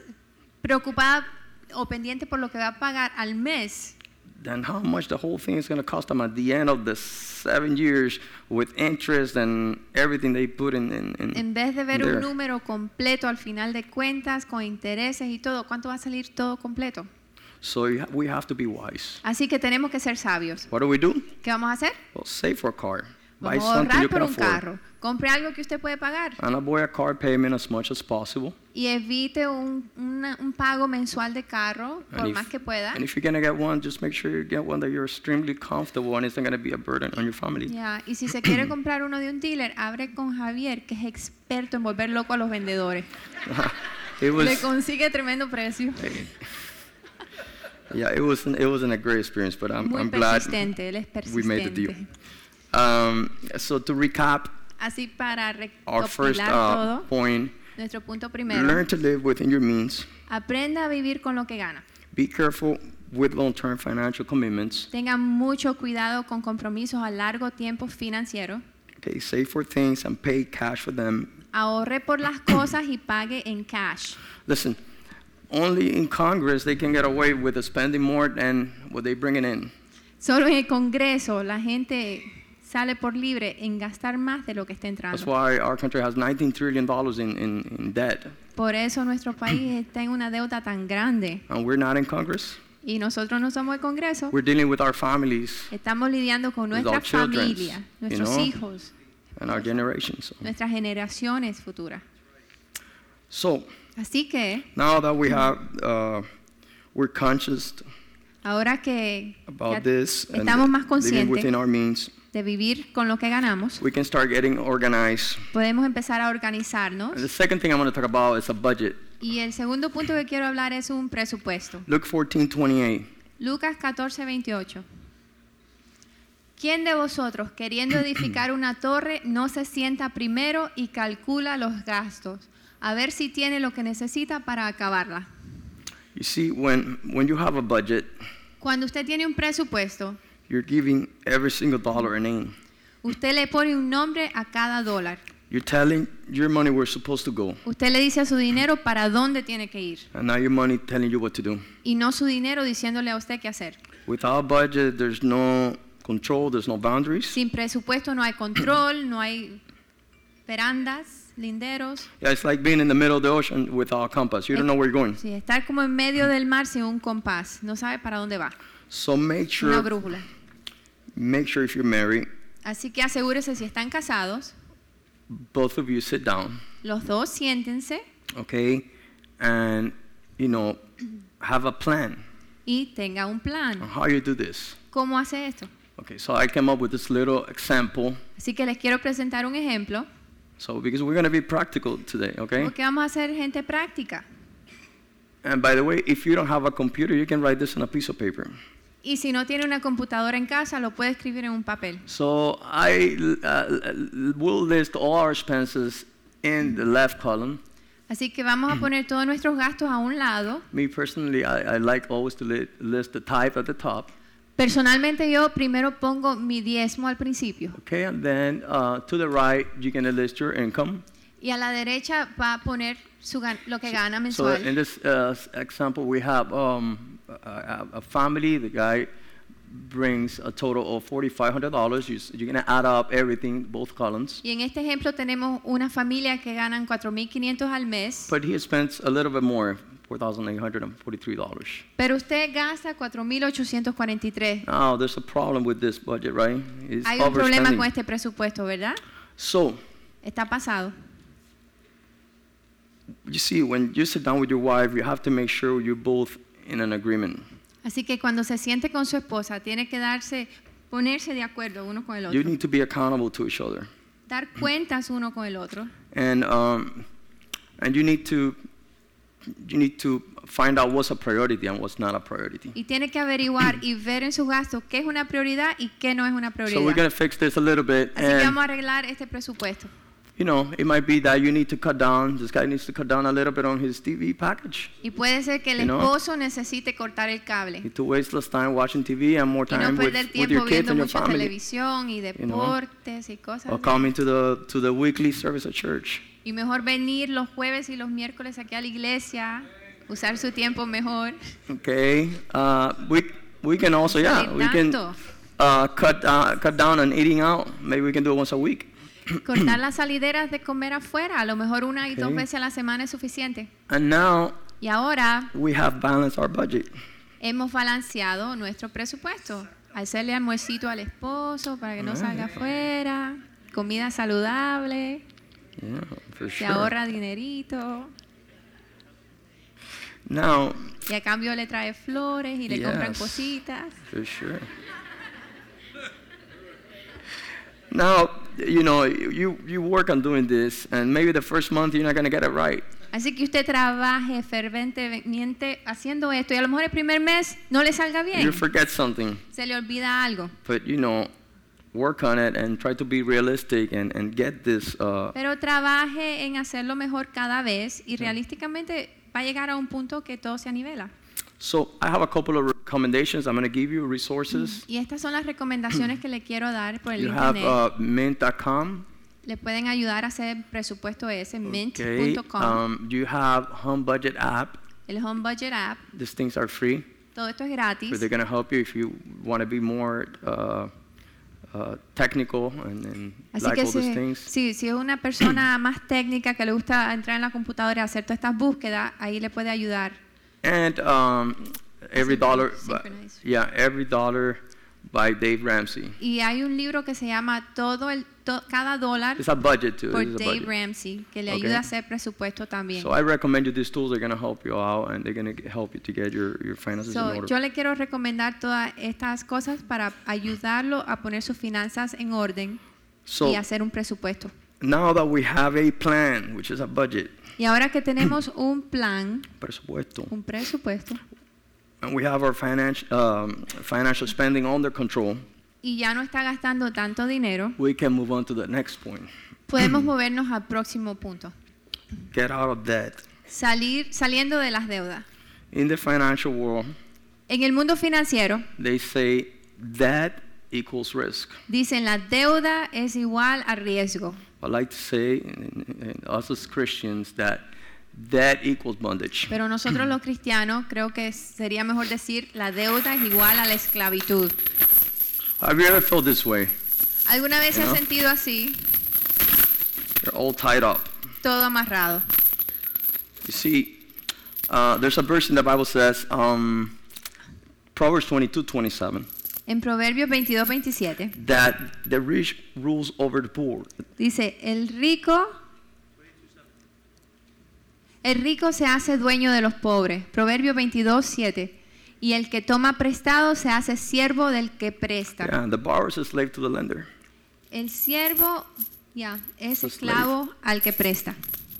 C: preocupada o pendiente por lo que va a pagar al mes
B: then how much the whole thing is going to cost them at the end of the seven years with interest and everything they put in. in, in,
C: en vez de ver
B: there.
C: un número completo al final de cuentas con intereses y todo. ¿Cuánto va a salir todo completo?
B: So you ha- we have to be wise.
C: Así que tenemos que ser sabios.
B: What do we do?
C: ¿Qué vamos a hacer?
B: Well, save for a car. Buy
C: Vamos a
B: something you
C: ahorrar por
B: can
C: un
B: afford.
C: carro. Compre algo que usted puede pagar
B: And avoid a car payment as much as possible.
C: y evite un, una- un pago mensual de carro
B: And
C: por
B: if-
C: más que pueda.
B: And if you're going to get one, just make sure you get one that you're extremely comfortable and it's not going to be a burden on your family.
C: Ya, y si se quiere comprar uno de un dealer, abre con Javier, que es experto en volver loco a los vendedores.
B: it
C: Le
B: was,
C: consigue tremendo precio.
B: yeah, it wasn't, it wasn't a great experience, but I'm,
C: Muy
B: I'm glad
C: persistente, él es
B: we made the deal.
C: persistente.
B: Um, so to recap,
C: Así para
B: our
C: recopilar
B: first uh,
C: todo,
B: point
C: nuestro punto primero,
B: learn to live within your means
C: aprenda a vivir con lo que gana.
B: be careful with long-term financial commitments
C: Tenga mucho cuidado con compromisos a largo tiempo financiero.
B: okay save for things and pay cash for them
C: Ahorre por las cosas y pague en cash.
B: listen only in congress they can get away with spending more than what they bringing in
C: Solo en el Congreso la gente sale por libre en gastar más de lo que está
B: That's
C: entrando.
B: why our country has 19 trillion dollars in, in, in debt,
C: Por eso nuestro país está en una deuda tan grande.
B: and we're not in Congress.
C: Y nosotros no somos el Congreso.
B: We're dealing with our families
C: Estamos lidiando con
B: With
C: nuestra
B: our children,
C: familia,
B: you
C: nuestros
B: know.
C: hijos,
B: and our generations.
C: nuestras generaciones futuras.
B: So
C: Así que
B: now that we have, uh, we're conscious
C: ahora que ya
B: about this and
C: estamos más
B: living within
C: conscientes
B: our means,
C: de vivir con lo que ganamos,
B: we can start getting organized.
C: podemos empezar a
B: And
C: organizarnos.
B: the second thing I'm going to talk about is a budget.
C: Y el segundo punto que quiero hablar es un presupuesto.
B: Luke 14:28.
C: Lucas 14, 28. ¿Quién de vosotros, queriendo edificar una torre, no se sienta primero y calcula los gastos, a ver si tiene lo que necesita para acabarla?
B: You see, when when you have a budget,
C: Cuando usted tiene un presupuesto,
B: you're giving every single dollar a name.
C: usted le pone un nombre a cada dólar.
B: You're telling your money where it's supposed to go,
C: Usted le dice a su dinero para dónde tiene que ir
B: and now your money telling you what to do.
C: y no su dinero diciéndole a usted qué hacer.
B: Without a budget, there's no control, there's no boundaries.
C: Sin presupuesto no hay control, no hay verandas, linderos.
B: Yeah, it's like being in the middle of the ocean without a compass. You don't know where you're going.
C: Sí, estar como en medio del mar sin un compás, no sabe para dónde va,
B: So make
C: una
B: sure,
C: brújula.
B: make sure if you're married,
C: Así que asegúrese si están casados,
B: both of you sit down,
C: los dos siéntense
B: okay, and you know, have a plan
C: y tenga un
B: on
C: plan.
B: how you do this.
C: ¿Cómo hace esto?
B: Okay, so I came up with this little example.
C: Así que les quiero presentar un ejemplo,
B: So because we're gonna be practical today, okay?
C: porque vamos a hacer gente práctica.
B: And by the way, if you don't have a computer, you can write this on a piece of paper.
C: Y si no tiene una computadora en casa, lo puede escribir en un papel.
B: So I uh, uh, will list all our expenses in the left column.
C: Así que vamos
B: Mm.
C: a poner todos nuestros gastos a un lado.
B: Me personally, I, I like always to li- list the type at the top,
C: Personalmente yo primero pongo mi diezmo al principio
B: okay? And then uh, to the right, you're gonna list your income.
C: y a la derecha va a poner su gan- lo que gana
B: So
C: mensual.
B: in this uh, s- example, we have um, a- a, a family. The guy brings a total of forty-five hundred dollars. You, s- you're gonna add up everything, both columns.
C: Y en este ejemplo tenemos una familia que ganan 4.500 al mes,
B: But he spends a little bit more, four thousand eight hundred and forty-three dollars.
C: pero usted gasta 4.843.
B: Now there's a problem with this budget, right? Ah, It's
C: Hay un problema con
B: overspending.
C: este presupuesto, ¿verdad?
B: So
C: Está pasado.
B: you see, when you sit down with your wife, you have to make sure you're both in an agreement.
C: Así que cuando se siente con su esposa, tiene que darse, ponerse de acuerdo uno con el
B: You
C: otro,
B: need to be accountable to each other,
C: dar cuentas uno con el otro.
B: and um, and you need to you need to find out what's a priority and what's not a priority.
C: Y tiene que averiguar y ver en sus gastos qué es una prioridad y qué no es una
B: So we're gonna eh,
C: prioridad.
B: fix this a little bit,
C: Así que vamos a
B: and
C: arreglar este presupuesto.
B: you know it might be that you need to cut down. This guy needs to cut down a little bit on his TV package.
C: Y puede ser que el
B: You know?
C: esposo necesite cortar el cable
B: Need to waste less time watching TV and more
C: y no
B: time with,
C: perder
B: with
C: tiempo
B: your kids
C: viendo
B: and your
C: mucha
B: family.
C: televisión y
B: know?
C: deportes y cosas.
B: Or coming to the to the weekly service at church.
C: Y mejor venir los jueves y los miércoles aquí a la iglesia, usar su tiempo mejor.
B: Okay. Uh, we we can also yeah we can
C: Tanto.
B: uh, cut uh, cut down on eating out. Maybe we can do it once a week.
C: Cortar las salideras de comer afuera, a lo mejor una y dos
B: Ok.
C: veces a la semana es suficiente.
B: And now
C: Y ahora
B: we have balanced our budget.
C: hemos balanceado nuestro presupuesto. Hacerle almuercito al esposo para que no salga afuera, comida saludable,
B: Yeah, for
C: se
B: sure.
C: ahorra dinerito
B: Now
C: y a cambio le trae flores y le compran
B: Yes.
C: cositas.
B: for sure. Now you know you you work on doing this, and maybe the first month you're not gonna get it right.
C: Así que usted trabaje ferventemente haciendo esto y a lo mejor el primer mes no le salga bien,
B: You forget something.
C: se le olvida algo.
B: but you know work on it and try to be realistic and, and get this uh,
C: Pero trabaje en hacerlo mejor cada vez y realísticamente va a llegar a un punto que todo se anivela.
B: so i have a couple of recommendations i'm going to give you resources
C: Y estas son las recomendaciones que le quiero dar por el
B: you have
C: internet.
B: uh, mint.com
C: le pueden ayudar a hacer el presupuesto ese,
B: okay
C: mint.com,
B: um, you have home budget app
C: el Home Budget App.
B: these things are free
C: Todo esto es
B: But
C: gratis.
B: they're going to help you if you want to be more uh, uh, technical and, and
C: Así
B: like
C: que
B: all these
C: si,
B: things.
C: si, si es una persona más técnica que le gusta entrar en la computadora y hacer todas estas búsquedas, ahí le puede ayudar.
B: And um, every dollar,
C: Synchronize.
B: by- yeah, every dollar by Dave Ramsey.
C: Y hay un libro que se llama Todo el to- cada dólar
B: It's a budget too.
C: por
B: It's a
C: Dave
B: budget.
C: Ramsey, que le
B: Ok.
C: ayuda a hacer presupuesto también.
B: So I recommend you these tools. They're going to help you out, and they're going to help you to get your, your finances
C: So,
B: in order.
C: yo le quiero recomendar todas estas cosas para ayudarlo a poner sus finanzas en orden y
B: So
C: hacer un presupuesto.
B: now that we have a plan, which is a budget,
C: Y ahora que tenemos un plan,
B: presupuesto,
C: un presupuesto,
B: and we have our financial um, financial spending under control,
C: y ya no está gastando tanto dinero,
B: we can move on to the next point.
C: podemos movernos al próximo punto.
B: Get out of debt.
C: Salir, saliendo de las deudas.
B: In the financial world,
C: En el mundo financiero,
B: they say debt equals risk.
C: dicen la deuda es igual a riesgo.
B: I like to say, and, and us as Christians, that debt equals bondage.
C: Pero nosotros los cristianos creo que sería mejor decir la deuda es igual a la esclavitud.
B: Have you ever felt this way?
C: ¿Alguna vez se ha
B: No.
C: sentido así,
B: You're all tied up.
C: todo amarrado?
B: You see, uh, there's a verse in the Bible says, um, Proverbs 22, 27,
C: En Proverbios 22, 27
B: that the rich rules over the poor.
C: dice, el rico, el rico se hace dueño de los pobres. Proverbios 22, 7. Y el que toma prestado se hace siervo del que presta.
B: Yeah, the borrower is a slave to the lender.
C: El siervo, ya, es
B: A slave.
C: esclavo al que presta.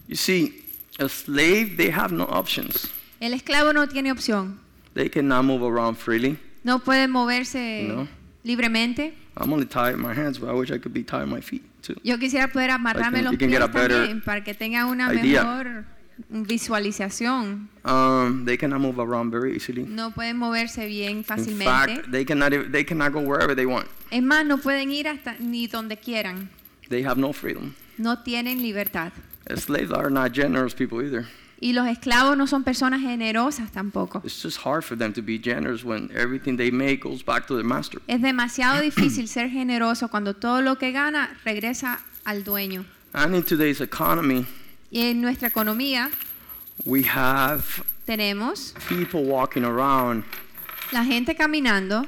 B: You see, a slave, they have no options.
C: El esclavo no tiene opción.
B: They cannot move around freely.
C: No puede moverse
B: No.
C: libremente.
B: I'm only tied my hands, but I wish I could be tied my feet too.
C: Yo quisiera poder amarrarme
B: you
C: los
B: can get
C: pies
B: a better
C: también para que tenga una
B: idea.
C: mejor visualización.
B: Um, they cannot move around very easily.
C: No pueden moverse bien
B: In
C: fácilmente.
B: fact, they cannot ev- they cannot go wherever they want.
C: es más, no pueden ir hasta ni donde quieran.
B: They have no freedom.
C: No tienen libertad.
B: Uh, Slaves are not generous people either.
C: Y los esclavos no son personas generosas tampoco.
B: It's just hard for them to be generous when everything they make goes back to their master.
C: Es demasiado difícil ser generoso cuando todo lo que gana regresa al dueño.
B: And in today's economy,
C: Y en nuestra economía
B: we have
C: tenemos
B: people walking around
C: la gente caminando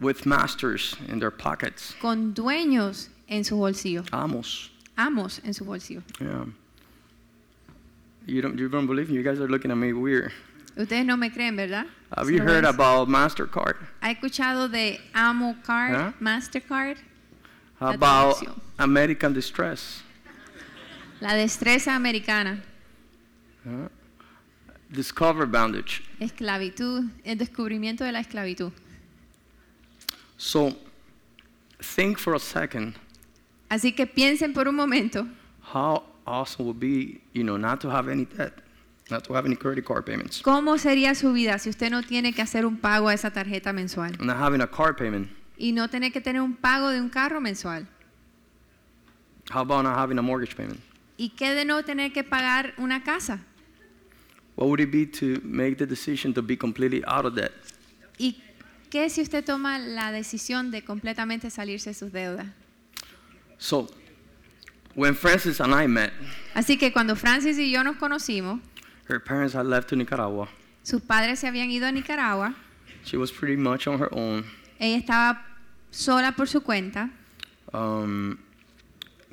B: with masters in their pockets.
C: con dueños en su bolsillo,
B: Amos.
C: amos en su bolsillo.
B: Yeah. You don't you don't believe me? You guys are looking at me weird.
C: Ustedes no me creen, ¿verdad?
B: Have
C: Se
B: you
C: lo
B: heard
C: ves.
B: about MasterCard?
C: ¿Ha escuchado de Amo Card,
B: ¿Ah?
C: Mastercard?
B: How
C: La
B: about
C: traducción.
B: American Distress?
C: La destreza americana,
B: Huh? Discover bondage.
C: esclavitud, el descubrimiento de la esclavitud.
B: So think for a second
C: Así que piensen por un momento
B: how awesome would be, you know, not to have any debt, not to have any credit card payments,
C: cómo sería su vida si usted no tiene que hacer un pago a esa tarjeta mensual
B: not having a car payment.
C: y no tener que tener un pago de un carro mensual.
B: How about not having a mortgage payment?
C: ¿Y qué de no tener que pagar una casa?
B: What would it be to make the decision to be completely out of debt?
C: ¿Y qué si usted toma la decisión de completamente salirse de sus deudas?
B: So when Francis and I met,
C: Así que cuando Francis y yo nos conocimos,
B: her parents had left to Nicaragua.
C: sus padres se habían ido a Nicaragua,
B: She was pretty much on her own,
C: ella estaba sola por su cuenta,
B: um,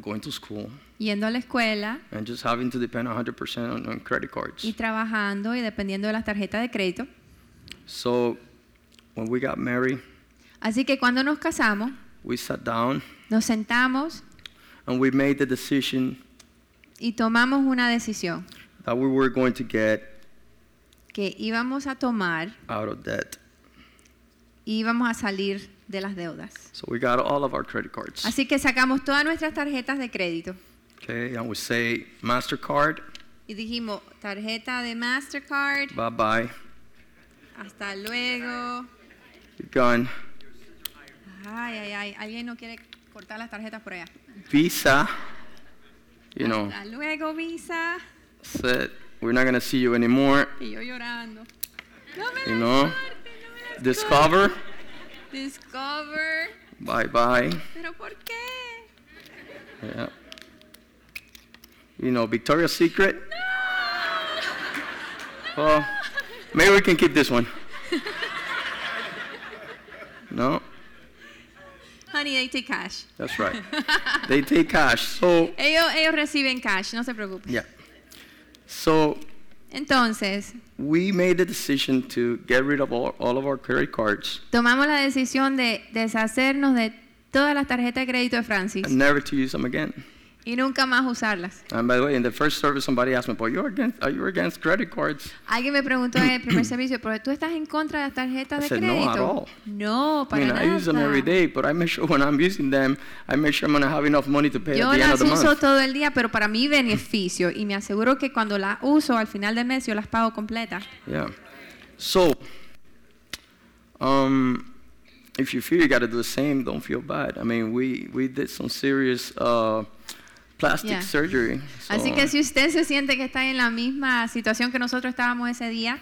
B: going to school,
C: yendo a la escuela
B: and just having to depend 100% on, on credit cards.
C: y trabajando y dependiendo de las tarjetas de crédito.
B: So when we got married,
C: Así que cuando nos casamos,
B: we sat down
C: nos sentamos
B: and we made the decision
C: y tomamos una decisión
B: that we were going to get
C: que íbamos a tomar
B: out of debt.
C: y íbamos a salir de las deudas.
B: So we got all of our credit cards.
C: Así que sacamos todas nuestras tarjetas de crédito
B: Okay, and we say MasterCard,
C: y dijimos, tarjeta de Mastercard,
B: bye bye,
C: hasta luego.
B: you're gone.
C: Ay, ay, ay, alguien no quiere cortar las tarjetas por allá.
B: Visa, you know,
C: Hasta luego, Visa.
B: said, we're not going to see you anymore.
C: Y yo llorando. No me
B: Y
C: la
B: no.
C: cortes.
B: discover,
C: Discover.
B: bye bye.
C: ¿Pero por qué?
B: Yeah. You know, Victoria's Secret. Well, maybe we can keep this one. no,
C: Honey, they take cash.
B: that's right. they take cash. So,
C: Ellos, ellos reciben cash, no se preocupen.
B: yeah. So,
C: Entonces,
B: we made the decision to get rid of all, all of our credit cards
C: tomamos la decisión de deshacernos de todas las tarjetas de crédito de Francis
B: and never to use them again.
C: y nunca más usarlas.
B: And by the way, in the first service, somebody asked me, "Boy, you're against? Are you against credit cards?"
C: Alguien me preguntó en el primer servicio, ¿pero tú estás en contra de las tarjetas de
B: I said, "No, at all."
C: crédito? No,
B: I
C: para
B: mean, I use them every
C: nada.
B: day, but I make sure when I'm using them, I make sure I'm gonna have enough money to pay at
C: Yo
B: the end of
C: las
B: the
C: uso
B: month.
C: todo el día, pero para mi beneficio y me aseguro que cuando las uso al final del mes yo las pago completas.
B: Yeah. So, um, if you feel you got to do the same, don't feel bad. I mean, we we did some serious uh, plastic
C: Yeah.
B: surgery. So,
C: Así que si usted se siente que está en la misma situación que nosotros estábamos ese día,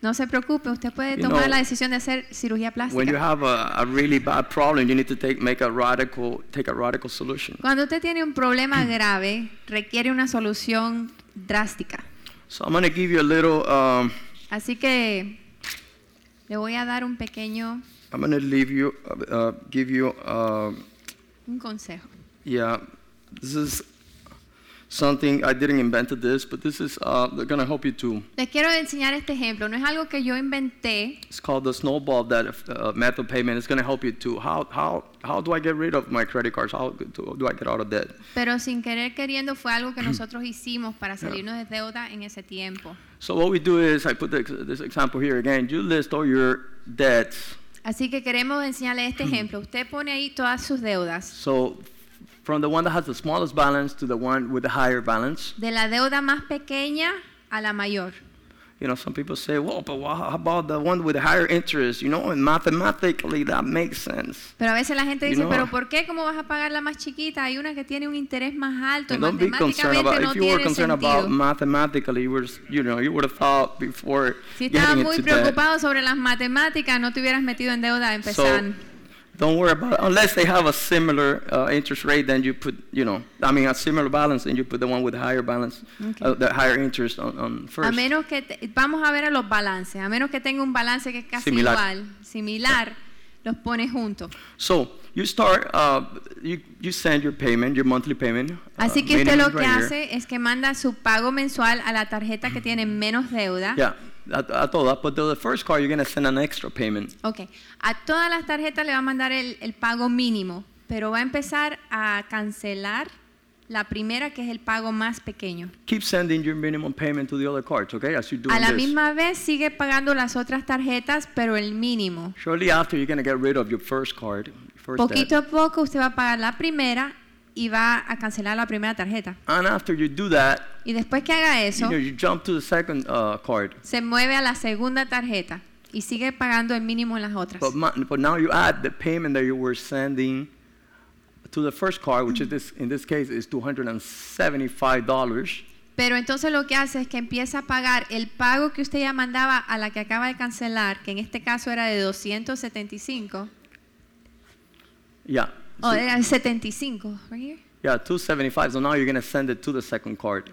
C: no se preocupe, usted puede
B: You
C: tomar
B: know,
C: la decisión de hacer cirugía
B: when you
C: plástica.
B: have a, a really bad problem, you need to take make a radical take a radical solution.
C: Cuando usted tiene un
B: Mm.
C: problema grave, requiere una solución drástica.
B: So I'm gonna give you a little. Um,
C: Así que le voy a dar un pequeño
B: I'm gonna leave you uh, uh, give you. um
C: un consejo.
B: Yeah, this is something I didn't invent this, but this is uh, they're gonna help you too.
C: Les quiero enseñar este ejemplo. No es algo que yo inventé.
B: It's called the snowball that uh, method payment. It's gonna help you too. How how how do I get rid of my credit cards? How do, do I get out of debt?
C: Pero sin querer queriendo fue algo que nosotros hicimos para salirnos de deuda en ese tiempo.
B: So what we do is I put the, this example here again. You list all your debts.
C: Así que queremos enseñarle este ejemplo. Usted pone ahí todas sus deudas.
B: So from the one that has the smallest balance to the one with the higher balance.
C: De la deuda más pequeña a la mayor.
B: You know, some people say, well, but wha- how about the one with the higher interest? You know, and mathematically that makes sense.
C: Pero a veces la gente
B: You
C: dice,
B: know,
C: pero ¿por qué? ¿Cómo vas a pagar la más chiquita? Hay una que tiene un interés más alto.
B: And don't be concerned
C: Matemáticamente
B: about
C: no
B: if you were
C: tiene
B: concerned about
C: sentido.
B: mathematically, you were s- you know you would have thought before
C: Si estabas
B: getting
C: muy
B: into debt.
C: preocupado sobre las matemáticas, no te hubieras metido en deuda a empezar.
B: So don't worry about it. unless they have a similar uh, interest rate. Then you put you know I mean a similar balance, and you put the one with higher balance, uh, the higher interest on, on
C: a
B: first.
C: menos que, te- vamos a ver a los balances. A menos que tenga un balance que es casi
B: Similar. Uh,
C: igual, similar, los pones juntos.
B: So you start uh, you you send your payment, your monthly payment. uh,
C: Así que usted lo
B: minimum
C: que
B: right here.
C: hace es que manda su pago mensual a la tarjeta que tiene menos deuda.
B: Yeah, I, I thought that. But the, the first card, you're gonna send an extra payment.
C: Ok, a todas las tarjetas le va a mandar el, el pago mínimo, pero va a empezar a cancelar la primera que es el pago más pequeño.
B: Keep sending your minimum payment to the other cards, okay? As you do
C: A la
B: this.
C: misma vez sigue pagando las otras tarjetas, pero el mínimo.
B: Shortly after, you're going to get rid of your first card, your first
C: Poquito
B: debt.
C: a poco usted va a pagar la primera y va a cancelar la primera tarjeta.
B: And after you do that,
C: Y después que haga
B: you
C: eso,
B: know, you jump to the second uh, card.
C: se mueve a la segunda tarjeta y sigue pagando el mínimo en las otras.
B: But, mo- but now you add the payment that you were sending to the first card, which is
C: Mm.
B: this, in this case is $275.
C: Pero entonces lo que hace es que empieza a pagar el pago que usted ya mandaba a la que acaba de cancelar, que en este caso era de 275.
B: Yeah.
C: Oh,
B: so-
C: era de 75. right here.
B: yeah, 275. So now you're going to send it to the second card.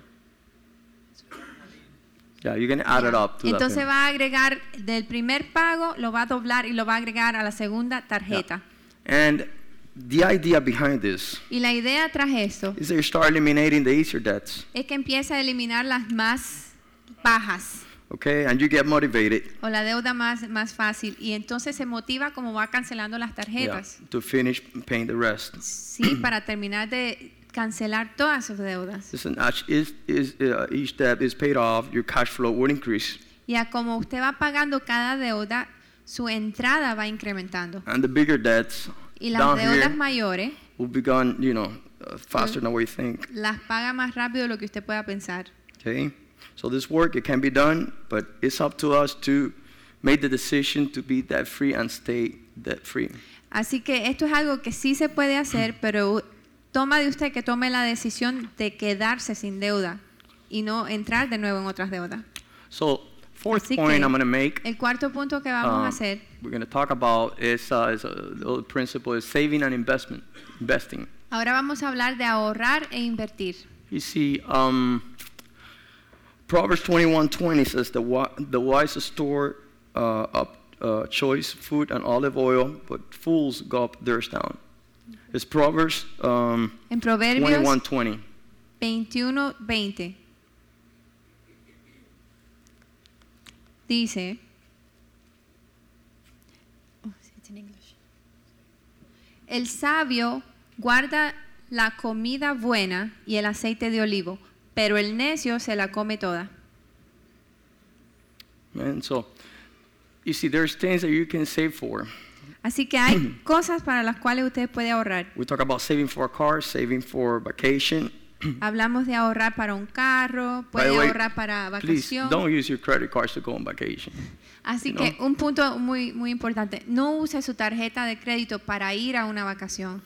B: Yeah, you're going to add it up to that
C: Entonces
B: payment.
C: va a agregar del primer pago, lo va a doblar y lo va a agregar a la segunda tarjeta.
B: And the idea behind this
C: Y la idea tras esto
B: is that you start eliminating the easier debts,
C: es que empieza a eliminar las más bajas
B: okay? And you get motivated.
C: o la deuda más, más fácil. Y entonces se motiva como va cancelando las
B: Yeah,
C: tarjetas.
B: to finish paying the rest.
C: Sí, para terminar de cancelar todas sus deudas.
B: Listen, as is, is, uh, each debt is paid off, your cash flow would increase.
C: Y a como usted va pagando cada deuda, su entrada va incrementando.
B: And the bigger debts
C: Y las
B: down
C: deudas
B: here
C: mayores
B: will be gone, you know, uh, faster than what you think.
C: las paga más rápido de lo que usted pueda pensar.
B: Okay? So this work, it can be done, but it's up to us to make the decision to be debt free and stay debt free.
C: Así que esto es algo que sí se puede hacer, pero toma de usted que tome la decisión de quedarse sin deuda y no entrar de nuevo en otras deudas.
B: So Fourth
C: Así que-
B: point I'm going to make,
C: El cuarto punto que vamos
B: um,
C: a hacer
B: we're going to talk about is, uh, is uh, the old principle is saving and investment, investing.
C: Ahora vamos a hablar de ahorrar e invertir.
B: You see, um, Proverbs 21:20 says the wi- the wise store uh, up uh, choice food and olive oil, but fools gulp theirs down. It's Proverbs um,
C: En Proverbios
B: 21:20.
C: 21, 20 dice, Oh, it's in English. el sabio guarda la comida buena y el aceite de olivo, pero el necio se la come toda.
B: And so, you see, there's things that you can save for.
C: Así que hay cosas para las cuales usted puede ahorrar.
B: We talk about saving for a car, saving for vacation.
C: Hablamos de ahorrar para un carro,
B: By the
C: puede
B: way,
C: ahorrar para
B: Please
C: vacaciones.
B: don't use your credit cards to go on vacation.
C: Así
B: you
C: que
B: know.
C: un punto muy, muy importante, no use su tarjeta de crédito para ir a una vacación.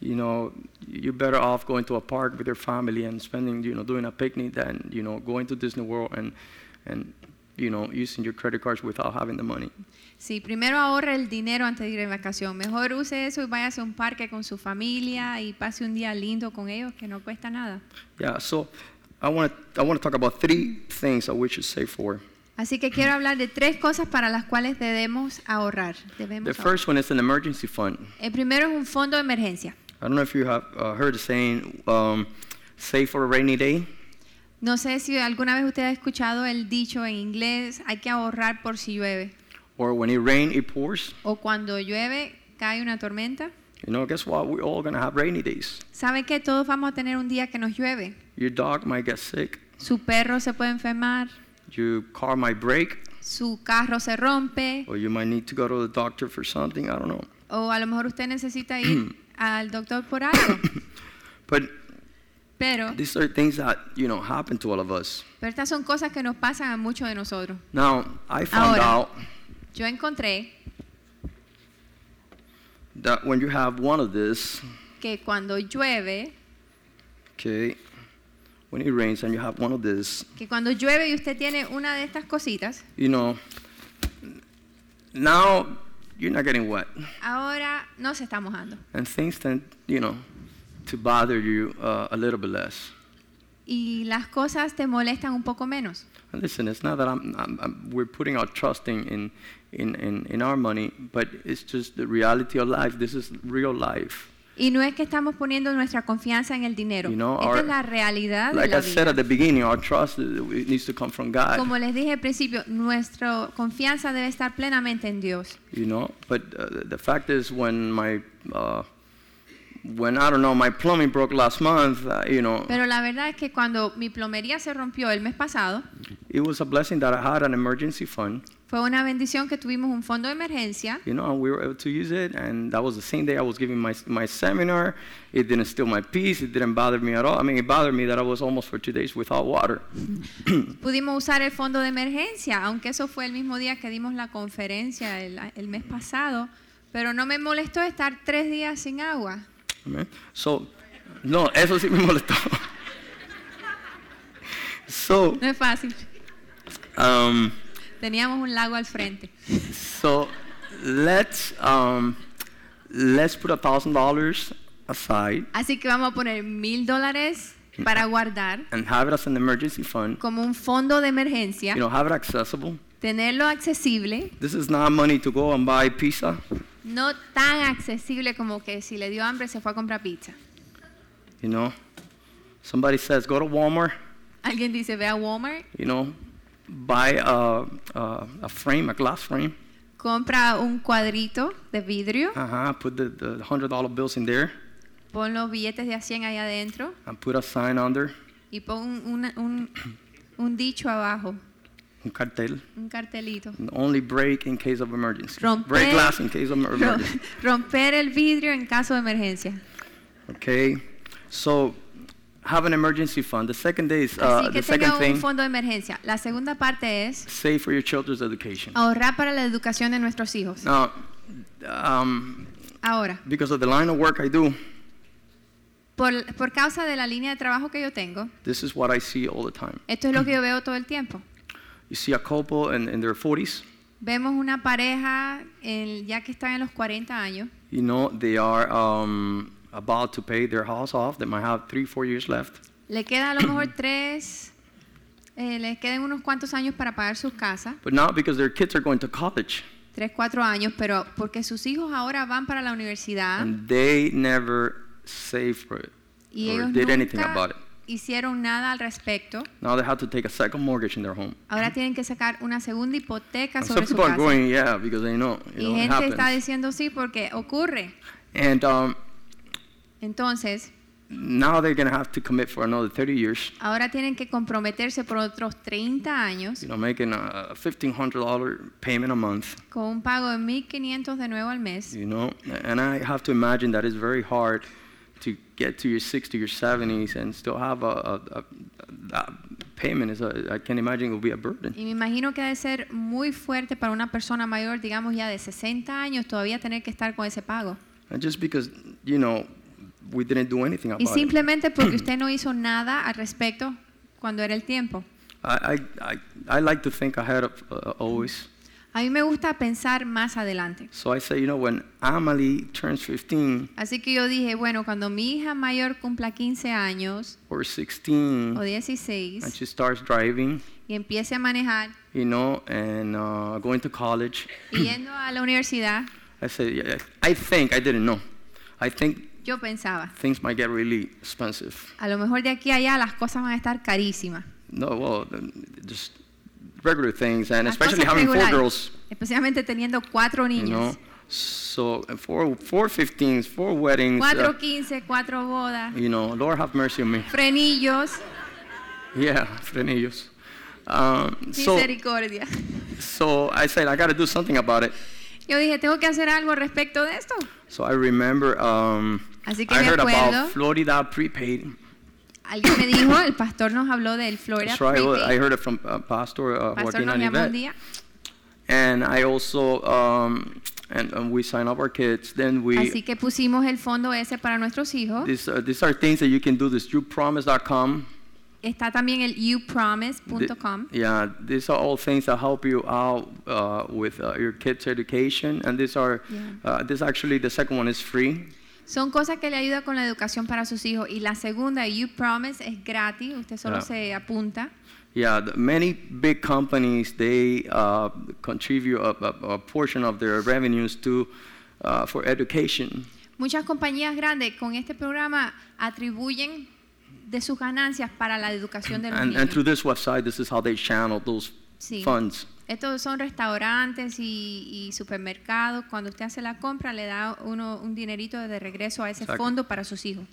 B: you know, you're better off going to a park with your family and spending, you know, doing a picnic than, you know, going to Disney World and, and, you know, using your credit cards without having the money.
C: Sí, primero ahorre el dinero antes de ir en vacación. Mejor use eso y váyase a un parque con su familia y pase un día lindo con ellos que no cuesta nada.
B: Yeah, so I want to I want to talk about three things that we should save for.
C: Así que quiero hablar de tres cosas para las cuales debemos ahorrar. Debemos
B: The
C: ahorrar.
B: first one is an emergency fund.
C: El primero es un fondo de emergencia.
B: I don't know if you have uh, heard the saying, um, save for a rainy day.
C: No sé si alguna vez usted ha escuchado el dicho en inglés, hay que ahorrar por si llueve.
B: Or when it rains, it pours.
C: O cuando llueve, cae una tormenta.
B: You know, guess what? We're all gonna have rainy days.
C: ¿Sabe que todos vamos a tener un día que nos llueve?
B: Your dog might get sick.
C: Su perro se puede enfermar,
B: Your car might break.
C: su carro se rompe,
B: or you might need to go to the doctor for something. I don't know.
C: o a lo mejor usted necesita ir al doctor por algo.
B: But
C: Pero,
B: these are things that you know happen to all of us.
C: pero estas son cosas que nos pasan a muchos de nosotros.
B: Now I found
C: Ahora.
B: out
C: Yo encontré
B: that when you have one of this,
C: que cuando llueve,
B: okay, when it rains and you have one of this,
C: que cuando llueve y usted tiene una de estas cositas,
B: you know, now you're not getting wet,
C: ahora no se está mojando.
B: and things tend, you know, to bother you uh, a little bit less.
C: Y las cosas te molestan un poco menos.
B: And listen, it's not that I'm, I'm, I'm, we're putting our trust in, in, in, in, in our money, but it's just the reality of life. This is real life.
C: Y no es que estamos poniendo nuestra confianza en el dinero.
B: You know,
C: Esta
B: our-
C: es la realidad de
B: Like
C: la
B: I said
C: vida.
B: at the beginning, our trust uh, it needs to come from God,
C: Como les dije al principio, nuestra confianza debe estar plenamente en Dios.
B: you know. But uh, the fact is, when my uh, when I don't know, my plumbing broke last month, uh, you know,
C: Pero la verdad es que cuando mi plomería se rompió el mes pasado,
B: it was a blessing that I had an emergency fund,
C: fue una bendición que tuvimos un fondo de emergencia
B: you know, and we were able to use it. And that was the same day I was giving my my seminar. It didn't steal my peace. It didn't bother me at all. I mean, it bothered me that I was almost for two days without water.
C: pudimos usar el fondo de emergencia, aunque eso fue el mismo día que dimos la conferencia el, el mes pasado, pero no me molestó estar tres días sin agua.
B: Amen. So, no, eso sí me molestó. so,
C: No es fácil.
B: um.
C: Teníamos un lago al frente.
B: So let's um, let's put a thousand dollars aside
C: Así que vamos a poner mil dólares para guardar
B: and have it as an emergency fund.
C: como un fondo de emergencia,
B: You know, have it accessible.
C: tenerlo accesible
B: This is not money to go and buy pizza.
C: no tan accesible como que si le dio hambre se fue a comprar pizza.
B: You know, somebody says go to Walmart.
C: Alguien dice, ve a Walmart,
B: You know, buy a a, a frame, a glass frame.
C: compra un cuadrito de vidrio,
B: Uh huh. Put the, the hundred dollar bills in there
C: pon los billetes de a 100 ahí adentro
B: and put a sign under,
C: y pon un, un- un dicho abajo,
B: un cartel.
C: un cartelito.
B: And only break in case of emergency.
C: Romper-
B: Break glass in case of
C: Ro-
B: emergency.
C: Romper el vidrio en caso de emergencia.
B: Okay, so have an emergency fund. The second day is uh,
C: Así
B: the
C: que
B: second
C: tenga un
B: thing.
C: fondo de emergencia. La segunda parte es
B: Save for your children's education.
C: ahorrar para la educación de nuestros hijos.
B: Now, um,
C: Ahora,
B: because of the line of work I do,
C: por, por causa de la línea de trabajo que yo tengo,
B: this is what I see all the time.
C: esto es lo que yo veo todo el tiempo.
B: You see a couple in, in their 40s,
C: Vemos una pareja en- ya que están en los 40 años,
B: you know, they are um, about to pay their house off. They might have three, four years left.
C: le queda a lo mejor tres, eh, les quedan unos cuantos años para pagar sus casas,
B: But not because their kids are going to college.
C: tres, cuatro años, pero porque sus hijos ahora van para la universidad
B: And they never saved for it
C: y
B: or
C: ellos
B: did anything
C: nunca
B: about it.
C: hicieron nada al respecto.
B: Now they have to take a second mortgage in their home.
C: Ahora tienen que sacar una segunda hipoteca
B: And some
C: sobre su
B: Mm-hmm. people
C: casa.
B: are going, yeah, because they know, you
C: y
B: know it
C: gente está
B: happens.
C: diciendo sí porque ocurre.
B: And um,
C: Entonces,
B: now they're going to have to commit for another 30 years,
C: ahora tienen que comprometerse por otros 30 años
B: you know, making a $1,500 payment a month,
C: con un pago de 1.500 de nuevo al mes.
B: you know. And I have to imagine that it's very hard to get to your 60s, your 70s, and still have a, a, a that payment. Is a, I can imagine it will be a burden.
C: Y me imagino que ha de ser muy fuerte para una persona mayor, digamos ya de 60 años, todavía tener que estar con ese pago.
B: And just because, you know, we didn't do anything about
C: Y
B: it.
C: simplemente porque usted no hizo nada al respecto cuando era el tiempo.
B: I, I, I, I like to think ahead of uh, always.
C: A mí me gusta pensar más adelante.
B: So I say, you know, when Amalie turns 15
C: Así que yo dije, bueno, cuando mi hija mayor cumpla 15 años
B: or
C: o
B: 16 and
C: 16
B: she starts driving,
C: y empiece a manejar
B: you know, and uh, going to college,
C: y yendo a la universidad,
B: I say, yeah, I I think, I didn't know. I think
C: yo pensaba,
B: things might get really expensive.
C: a lo mejor de aquí a allá las cosas van a estar carísimas.
B: No, well, then just regular things, and
C: Las
B: especially
C: cosas
B: having four
C: regulares,
B: girls,
C: Especialmente teniendo cuatro
B: you know.
C: niños.
B: So, and four, four 15s, four weddings, uh,
C: Cuatro quince, cuatro bodas,
B: you know, Lord have mercy on me.
C: frenillos,
B: Yeah, frenillos. Um, so,
C: misericordia.
B: so I said, I got to do something about it.
C: Yo dije, tengo que hacer algo respecto de esto.
B: So I remember um,
C: Así que
B: I
C: me
B: heard
C: acuerdo.
B: about Florida prepaid.
C: Alguien me dijo, el pastor nos habló del Florida
B: That's right. well, I
C: Prepaid.
B: heard it from uh, Pastor uh,
C: Pastor
B: Joaquin
C: nos llamó un
B: Anivet.
C: día.
B: And I also, um, and, and we sign up our kids. Then
C: Así
B: we,
C: que pusimos el fondo ese para nuestros hijos.
B: these, uh, these are things that you can do. This youpromise.com.
C: Está también el
B: Th-
C: youpromise.com.
B: Yeah, these are all things that help you out uh, with uh, your kids' education. And these are,
C: Yeah.
B: uh, this actually, the second one is free.
C: Son cosas que le ayuda con la educación para sus hijos. Y la segunda, You Promise, es gratis. Usted solo
B: Ah.
C: se apunta.
B: Yeah, the, many big companies they uh, contribute a, a, a portion of their revenues to uh, for education.
C: Muchas compañías grandes con este programa atribuyen de sus ganancias para la educación de los
B: And, and
C: niños.
B: through this website, this is how they channel those
C: Sí.
B: funds.
C: Estos son restaurantes y, y supermercados. Cuando usted hace la compra, le da uno un dinerito de regreso a ese
B: Exacto.
C: fondo para sus hijos.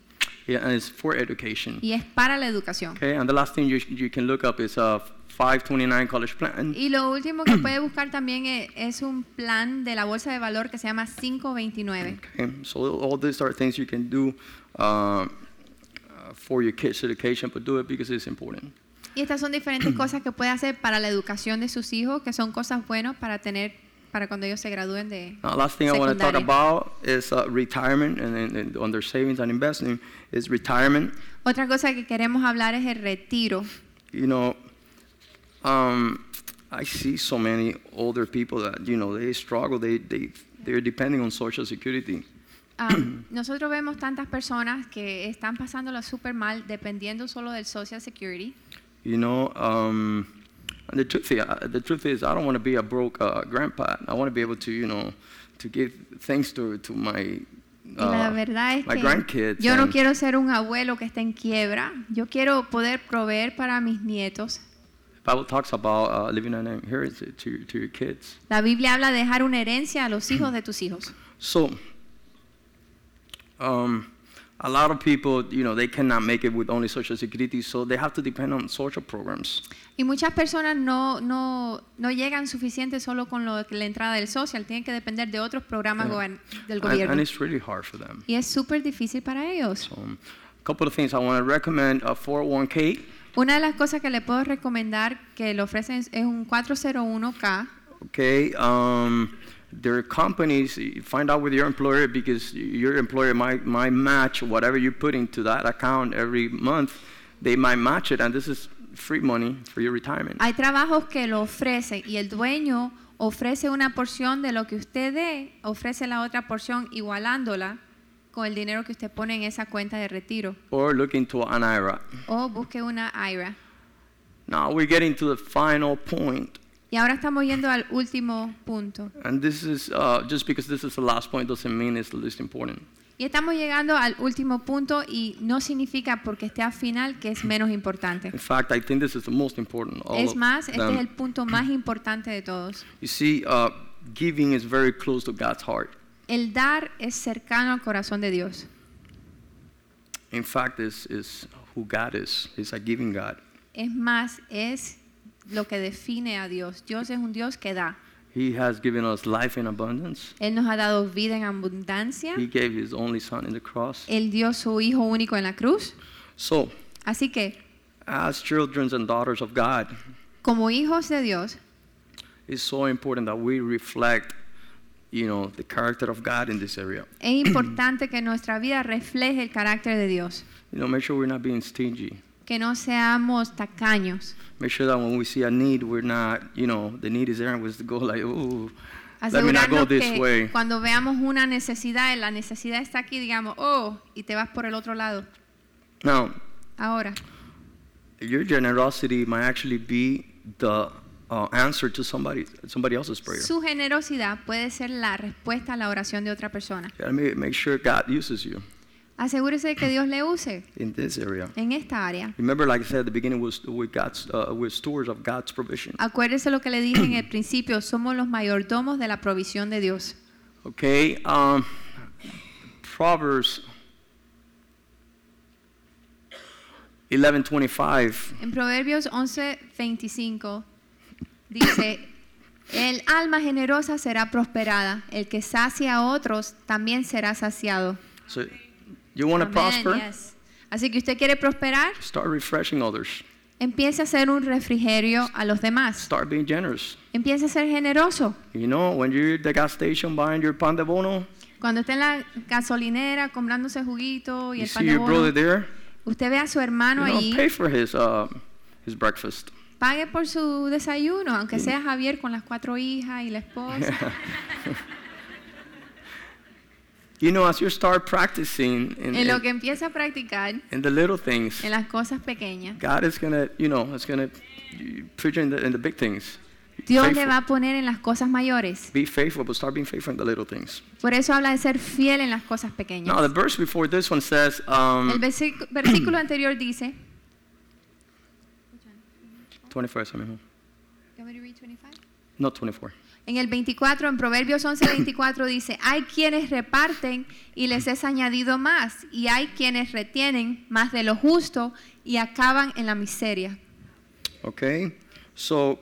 B: Yeah, and it's for education.
C: Y es para la educación.
B: Okay, and the last thing you, sh- you can look up is uh, 529 College Plan.
C: Y lo último que puede buscar también e- es, un plan de la bolsa de valor que se llama 529.
B: Okay, so all these are things you can do um, uh, for your kids' education, but do it because it's important.
C: Y estas son diferentes cosas que puede hacer para la educación de sus hijos, que son cosas buenas para tener para cuando ellos se gradúen de
B: Now, last thing I want to talk
C: secundaria.
B: about is uh, retirement and, and, and on their savings and investing is retirement.
C: Otra cosa que queremos hablar es el retiro.
B: You know, um, I see so many older people that you know they struggle. They they they're depending on Social Security.
C: Ah, nosotros vemos tantas personas que están pasándola súper mal dependiendo solo del Social Security.
B: You know, um, and the truth is, the truth is, I don't want to be a broke uh, grandpa. I want to be able to you know to give thanks to to my
C: Y la
B: uh,
C: verdad es
B: my
C: que
B: grandkids.
C: yo no
B: and-
C: quiero ser un abuelo que esté en quiebra. Yo quiero poder proveer para mis nietos.
B: Bible talks about uh, living an inheritance to your, to your kids.
C: La Biblia habla de dejar una herencia a los hijos de tus hijos.
B: So, um, a lot of people, you know, they cannot make it with only Social Security, so they have to depend on social programs.
C: Y muchas personas no, no, no llegan suficiente solo con lo- la entrada del social, tienen que depender de otros programas gober- del
B: And, and
C: gobierno.
B: it's really hard for them.
C: Y es súper difícil para ellos.
B: Um, a couple of things I want to recommend uh, oh a 401k,
C: Una de las cosas que le puedo recomendar que le ofrecen es es un 401k.
B: okay? Um, there are companies, you find out with your employer because your employer might, might match whatever you put into that account every month. They might match it, and this is free money for your retirement.
C: Hay trabajos que lo ofrecen y el dueño ofrece una porción de lo que usted dé, ofrece la otra porción igualándola con el dinero que usted pone en esa cuenta de retiro.
B: Or look into an IRA.
C: O busque una IRA.
B: Now we're getting to the final point,
C: Y ahora estamos yendo al último punto.
B: and this is uh, just because this is the last point doesn't mean it's the least important.
C: Y estamos llegando al último punto y no significa porque esté al final que es menos importante.
B: In fact, I think this is the most important. All
C: Es
B: of
C: más, este
B: them.
C: es el punto más importante de todos.
B: You see, uh, giving is very close to God's heart.
C: El dar es cercano al corazón de Dios.
B: In fact, this is who God is. He's a giving God.
C: Es más, es lo que define a Dios. Dios es un Dios que da.
B: He has given us life in abundance.
C: Él nos ha dado vida en abundancia.
B: He gave His only Son in the cross.
C: Él dio su Hijo único en la cruz.
B: So,
C: Así que,
B: as children and daughters of God,
C: como hijos de Dios,
B: it's so important that we reflect, you know, the character of God in this area.
C: es importante que nuestra vida refleje el carácter de Dios.
B: You know, make sure we're not being stingy.
C: Que no seamos tacaños.
B: Make sure that when we see a need, we're not, you know, the need is there and we just go like, ooh, let me not go
C: Asegurarnos
B: this
C: que
B: way.
C: cuando veamos una necesidad, la necesidad está aquí, digamos, oh, y te vas por el otro lado.
B: Now,
C: Ahora,
B: your generosity might actually be the uh, answer to somebody somebody else's prayer.
C: su generosidad puede ser la respuesta a la oración de otra persona.
B: Gotta make, make sure God uses you
C: Asegúrese de que Dios le use
B: in this area.
C: en esta área.
B: Remember, like I said at the beginning, we're, st- we're, God's, uh, we're stewards of God's provision.
C: Acuérdese lo que le dije en el principio, somos los mayordomos de la provisión de Dios.
B: Okay. Um, Proverbs 11:25.
C: En Proverbios 11:25 dice, el alma generosa será prosperada, el que sacia a otros también será saciado.
B: So, you want to
C: Amén,
B: prosper?
C: yes. Así que usted quiere prosperar,
B: Start refreshing others.
C: empiece a hacer un refrigerio a los demás,
B: Start being generous.
C: empiece a ser generoso.
B: You know, when you're at the gas station buying your pan de
C: Oh,
B: bono,
C: Cuando esté en la gasolinera comprándose juguito y
B: you
C: el
B: see
C: pan de
B: your brother
C: bono,
B: there.
C: usted ve a su hermano
B: You know,
C: ahí,
B: pay for his uh, his breakfast.
C: pague por su desayuno,
B: Mm.
C: aunque sea Javier con las cuatro hijas y la esposa.
B: You know, as you start practicing in,
C: en lo que
B: in,
C: empieza a practicar
B: in the little things,
C: en las cosas pequeñas,
B: God is gonna, you know, is gonna you- put you in the, in the big things.
C: Dios le
B: Faithful.
C: va a poner en las cosas mayores.
B: Be faithful, but start being faithful in the little things.
C: Por eso habla de ser fiel en las cosas
B: Now, the
C: pequeñas.
B: verse before this one says,
C: El
B: um,
C: versic- versículo anterior dice,
B: 24, I mean, not 24.
C: En el 24, en Proverbios 11, 24 dice, hay quienes reparten y les es añadido más, y hay quienes retienen más de lo justo y acaban en la miseria.
B: Okay, so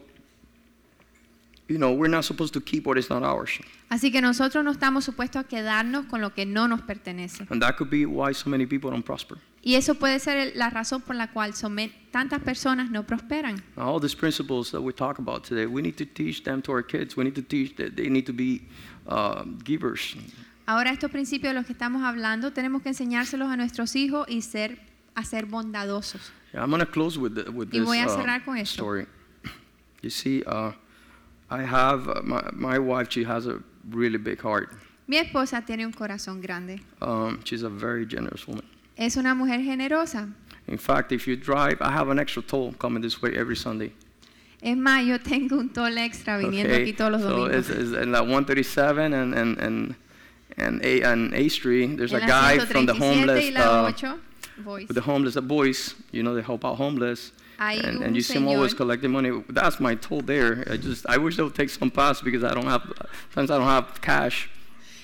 B: you know we're not supposed to keep what is not ours,
C: Así que nosotros no estamos supuestos a quedarnos con lo que no nos pertenece.
B: and that could be why so many people don't prosper.
C: Y eso puede ser el- la razón por la cual somen- tantas personas no prosperan.
B: Now, all these principles that we talk about today, we need to teach them to our kids. We need to teach that they need to be uh, givers.
C: Ahora estos principios de los que estamos hablando tenemos que enseñárselos a nuestros hijos y ser, a ser bondadosos.
B: Yeah, I'm gonna close with the, with
C: Y
B: this
C: voy a
B: uh,
C: cerrar con esto.
B: story. You see, uh, I have uh, my my wife. She has a really big heart.
C: Mi esposa tiene un corazón grande.
B: Um, she's a very generous woman.
C: Es una mujer generosa,
B: In fact, if you drive, I have an extra toll coming this way every Sunday.
C: Es más, yo tengo un tol extra viniendo aquí todos los
B: so it's,
C: domingos.
B: it's in that 137 and and and and A and A Street. There's
C: En
B: a
C: la
B: guy from the
C: 137 y
B: homeless.
C: la
B: uh,
C: 8, voice.
B: with the homeless, the boys, you know, they help out homeless.
C: Hay
B: and,
C: un
B: and you see them always
C: señor-
B: collecting money. That's my toll there. I just, I wish they would take some pass because I don't have, sometimes I don't have cash.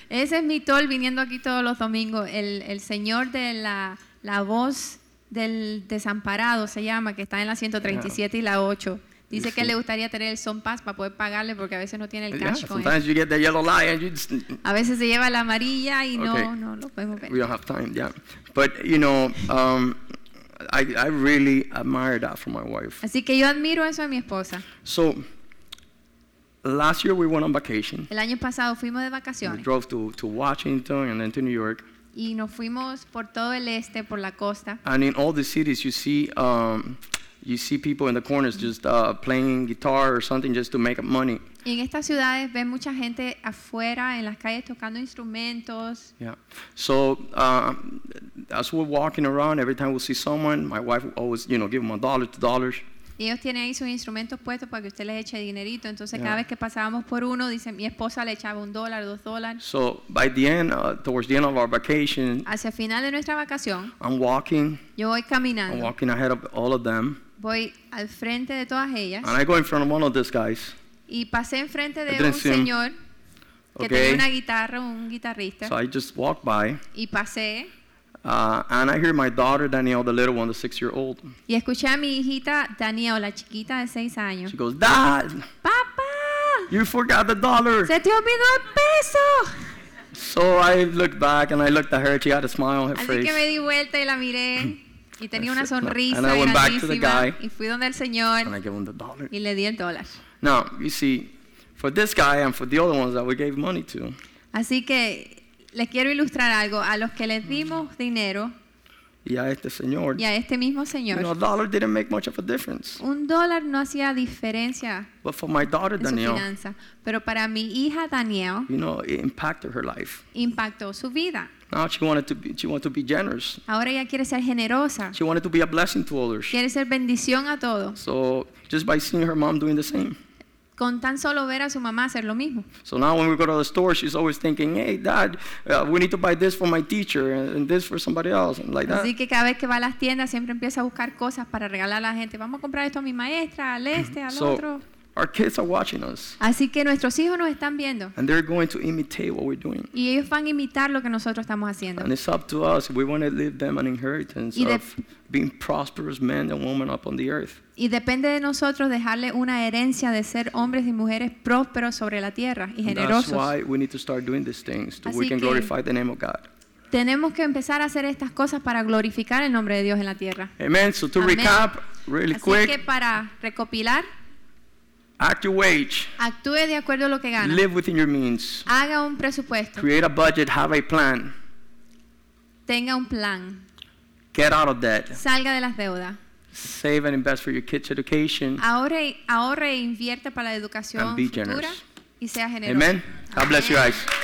C: Ese es mi tol viniendo aquí todos los domingos. El, el señor de la, la voz del desamparado se llama, que está en la 137 y la 8. Dice que
B: Sí.
C: le gustaría tener el son pass para poder pagarle porque a veces no tiene el
B: yeah,
C: cash con él.
B: sometimes you get the yellow light and you just,
C: A veces se lleva la amarilla y no,
B: Okay.
C: no lo podemos ver.
B: we don't have time, yeah. But, you know, um, I, I really admire that from my wife.
C: Así que yo admiro eso de mi esposa.
B: So, last year we went on vacation.
C: El año pasado fuimos de
B: We
C: vacaciones
B: drove to, to Washington and then to New York.
C: y nos fuimos por todo el este, por la costa.
B: And in all the cities, you see, um, You see people in the corners just uh, playing guitar or something just to make up money.
C: Y en estas ciudades ven mucha gente afuera, en las calles, tocando instrumentos.
B: Yeah. So uh, as we're walking around, every time we see someone, my wife will always, you know, give them a dollar, two dollars.
C: Y ellos tienen ahí sus instrumentos puestos para que usted les eche dinerito. Entonces,
B: Ya.
C: cada vez que pasábamos por uno, dice, mi esposa le echaba un dólar, dos dólares.
B: So by the end, uh, towards the end of our vacation,
C: Hacia el final de nuestra vacación,
B: I'm walking.
C: yo voy
B: I'm
C: caminando.
B: walking ahead of all of them,
C: Voy al frente de todas ellas.
B: and I go in front of one of these guys.
C: Y pasé enfrente
B: I
C: de
B: didn't
C: un
B: see him.
C: señor que tenía una
B: Okay.
C: guitarra, un guitarrista.
B: So I just walk by,
C: Y pasé
B: uh, and I hear my daughter Danielle, the little one, the six-year-old.
C: y escuché a mi hijita Daniela, la chiquita de seis años.
B: She goes, "Dad,
C: ¡Papá!
B: you forgot the dollar."
C: ¡Se te olvidó el peso!
B: So I looked back and I looked at her. She had a smile on her
C: Así que
B: face.
C: me di vuelta y la miré y tenía una
B: That's it.
C: sonrisa
B: And I went back to the
C: grandísima
B: guy.
C: y fui donde el
B: and I
C: señor
B: give him the dollar.
C: y le di el dólar.
B: Now, you see, for this guy and for the other ones that we gave money to,
C: Así que les quiero ilustrar algo a los que les dimos dinero
B: yeah, este señor,
C: y a este mismo
B: you know, a
C: señor.
B: dollar didn't make much of a difference.
C: Un dólar no hacía diferencia
B: But for my daughter,
C: en su
B: Danielle,
C: finanza, pero para mi hija Daniel
B: you know, it impacted her life.
C: impactó su vida.
B: Now she wanted to be, she wanted to be generous.
C: Ahora ella quiere ser generosa,
B: She wanted to be a blessing to others.
C: quiere ser bendición a todos,
B: So just by seeing her mom doing the same.
C: con tan solo ver a su mamá hacer lo mismo.
B: So now when we go to the store, she's always thinking, "Hey, Dad, uh, we need to buy this for my teacher and, and this for somebody else," and like that.
C: Así que cada vez que va a las tiendas siempre empieza a buscar cosas para regalar a la gente. Vamos a comprar esto a mi maestra, al este, al
B: So
C: otro.
B: our kids are watching us,
C: Así que nuestros hijos nos están viendo
B: and they're going to imitate what we're doing.
C: y ellos van a imitar lo que nosotros estamos haciendo.
B: And it's up to us. We want to leave them an inheritance
C: Y de-
B: of being prosperous men and women up on the earth.
C: Y depende de nosotros dejarle una herencia de ser hombres y mujeres prósperos sobre la tierra y
B: And that's
C: generosos.
B: why we need to start doing these things so we
C: Así
B: can
C: que-
B: glorify the name of God.
C: Tenemos que empezar a hacer estas cosas para glorificar el nombre de Dios en la tierra.
B: Amen. So to
C: Amén.
B: recap, really
C: Así
B: quick,
C: que para recopilar,
B: act your wage,
C: actúe de acuerdo a lo que gana.
B: live within your means,
C: Haga un presupuesto,
B: create a budget, have a plan,
C: tenga un plan,
B: get out of debt,
C: salga de las deudas.
B: save and invest for your kids' education.
C: Ahorre, ahorre e invierte para la educación
B: And be
C: futura
B: generous.
C: y sea generoso.
B: Amen. God bless you
C: Amén.
B: guys.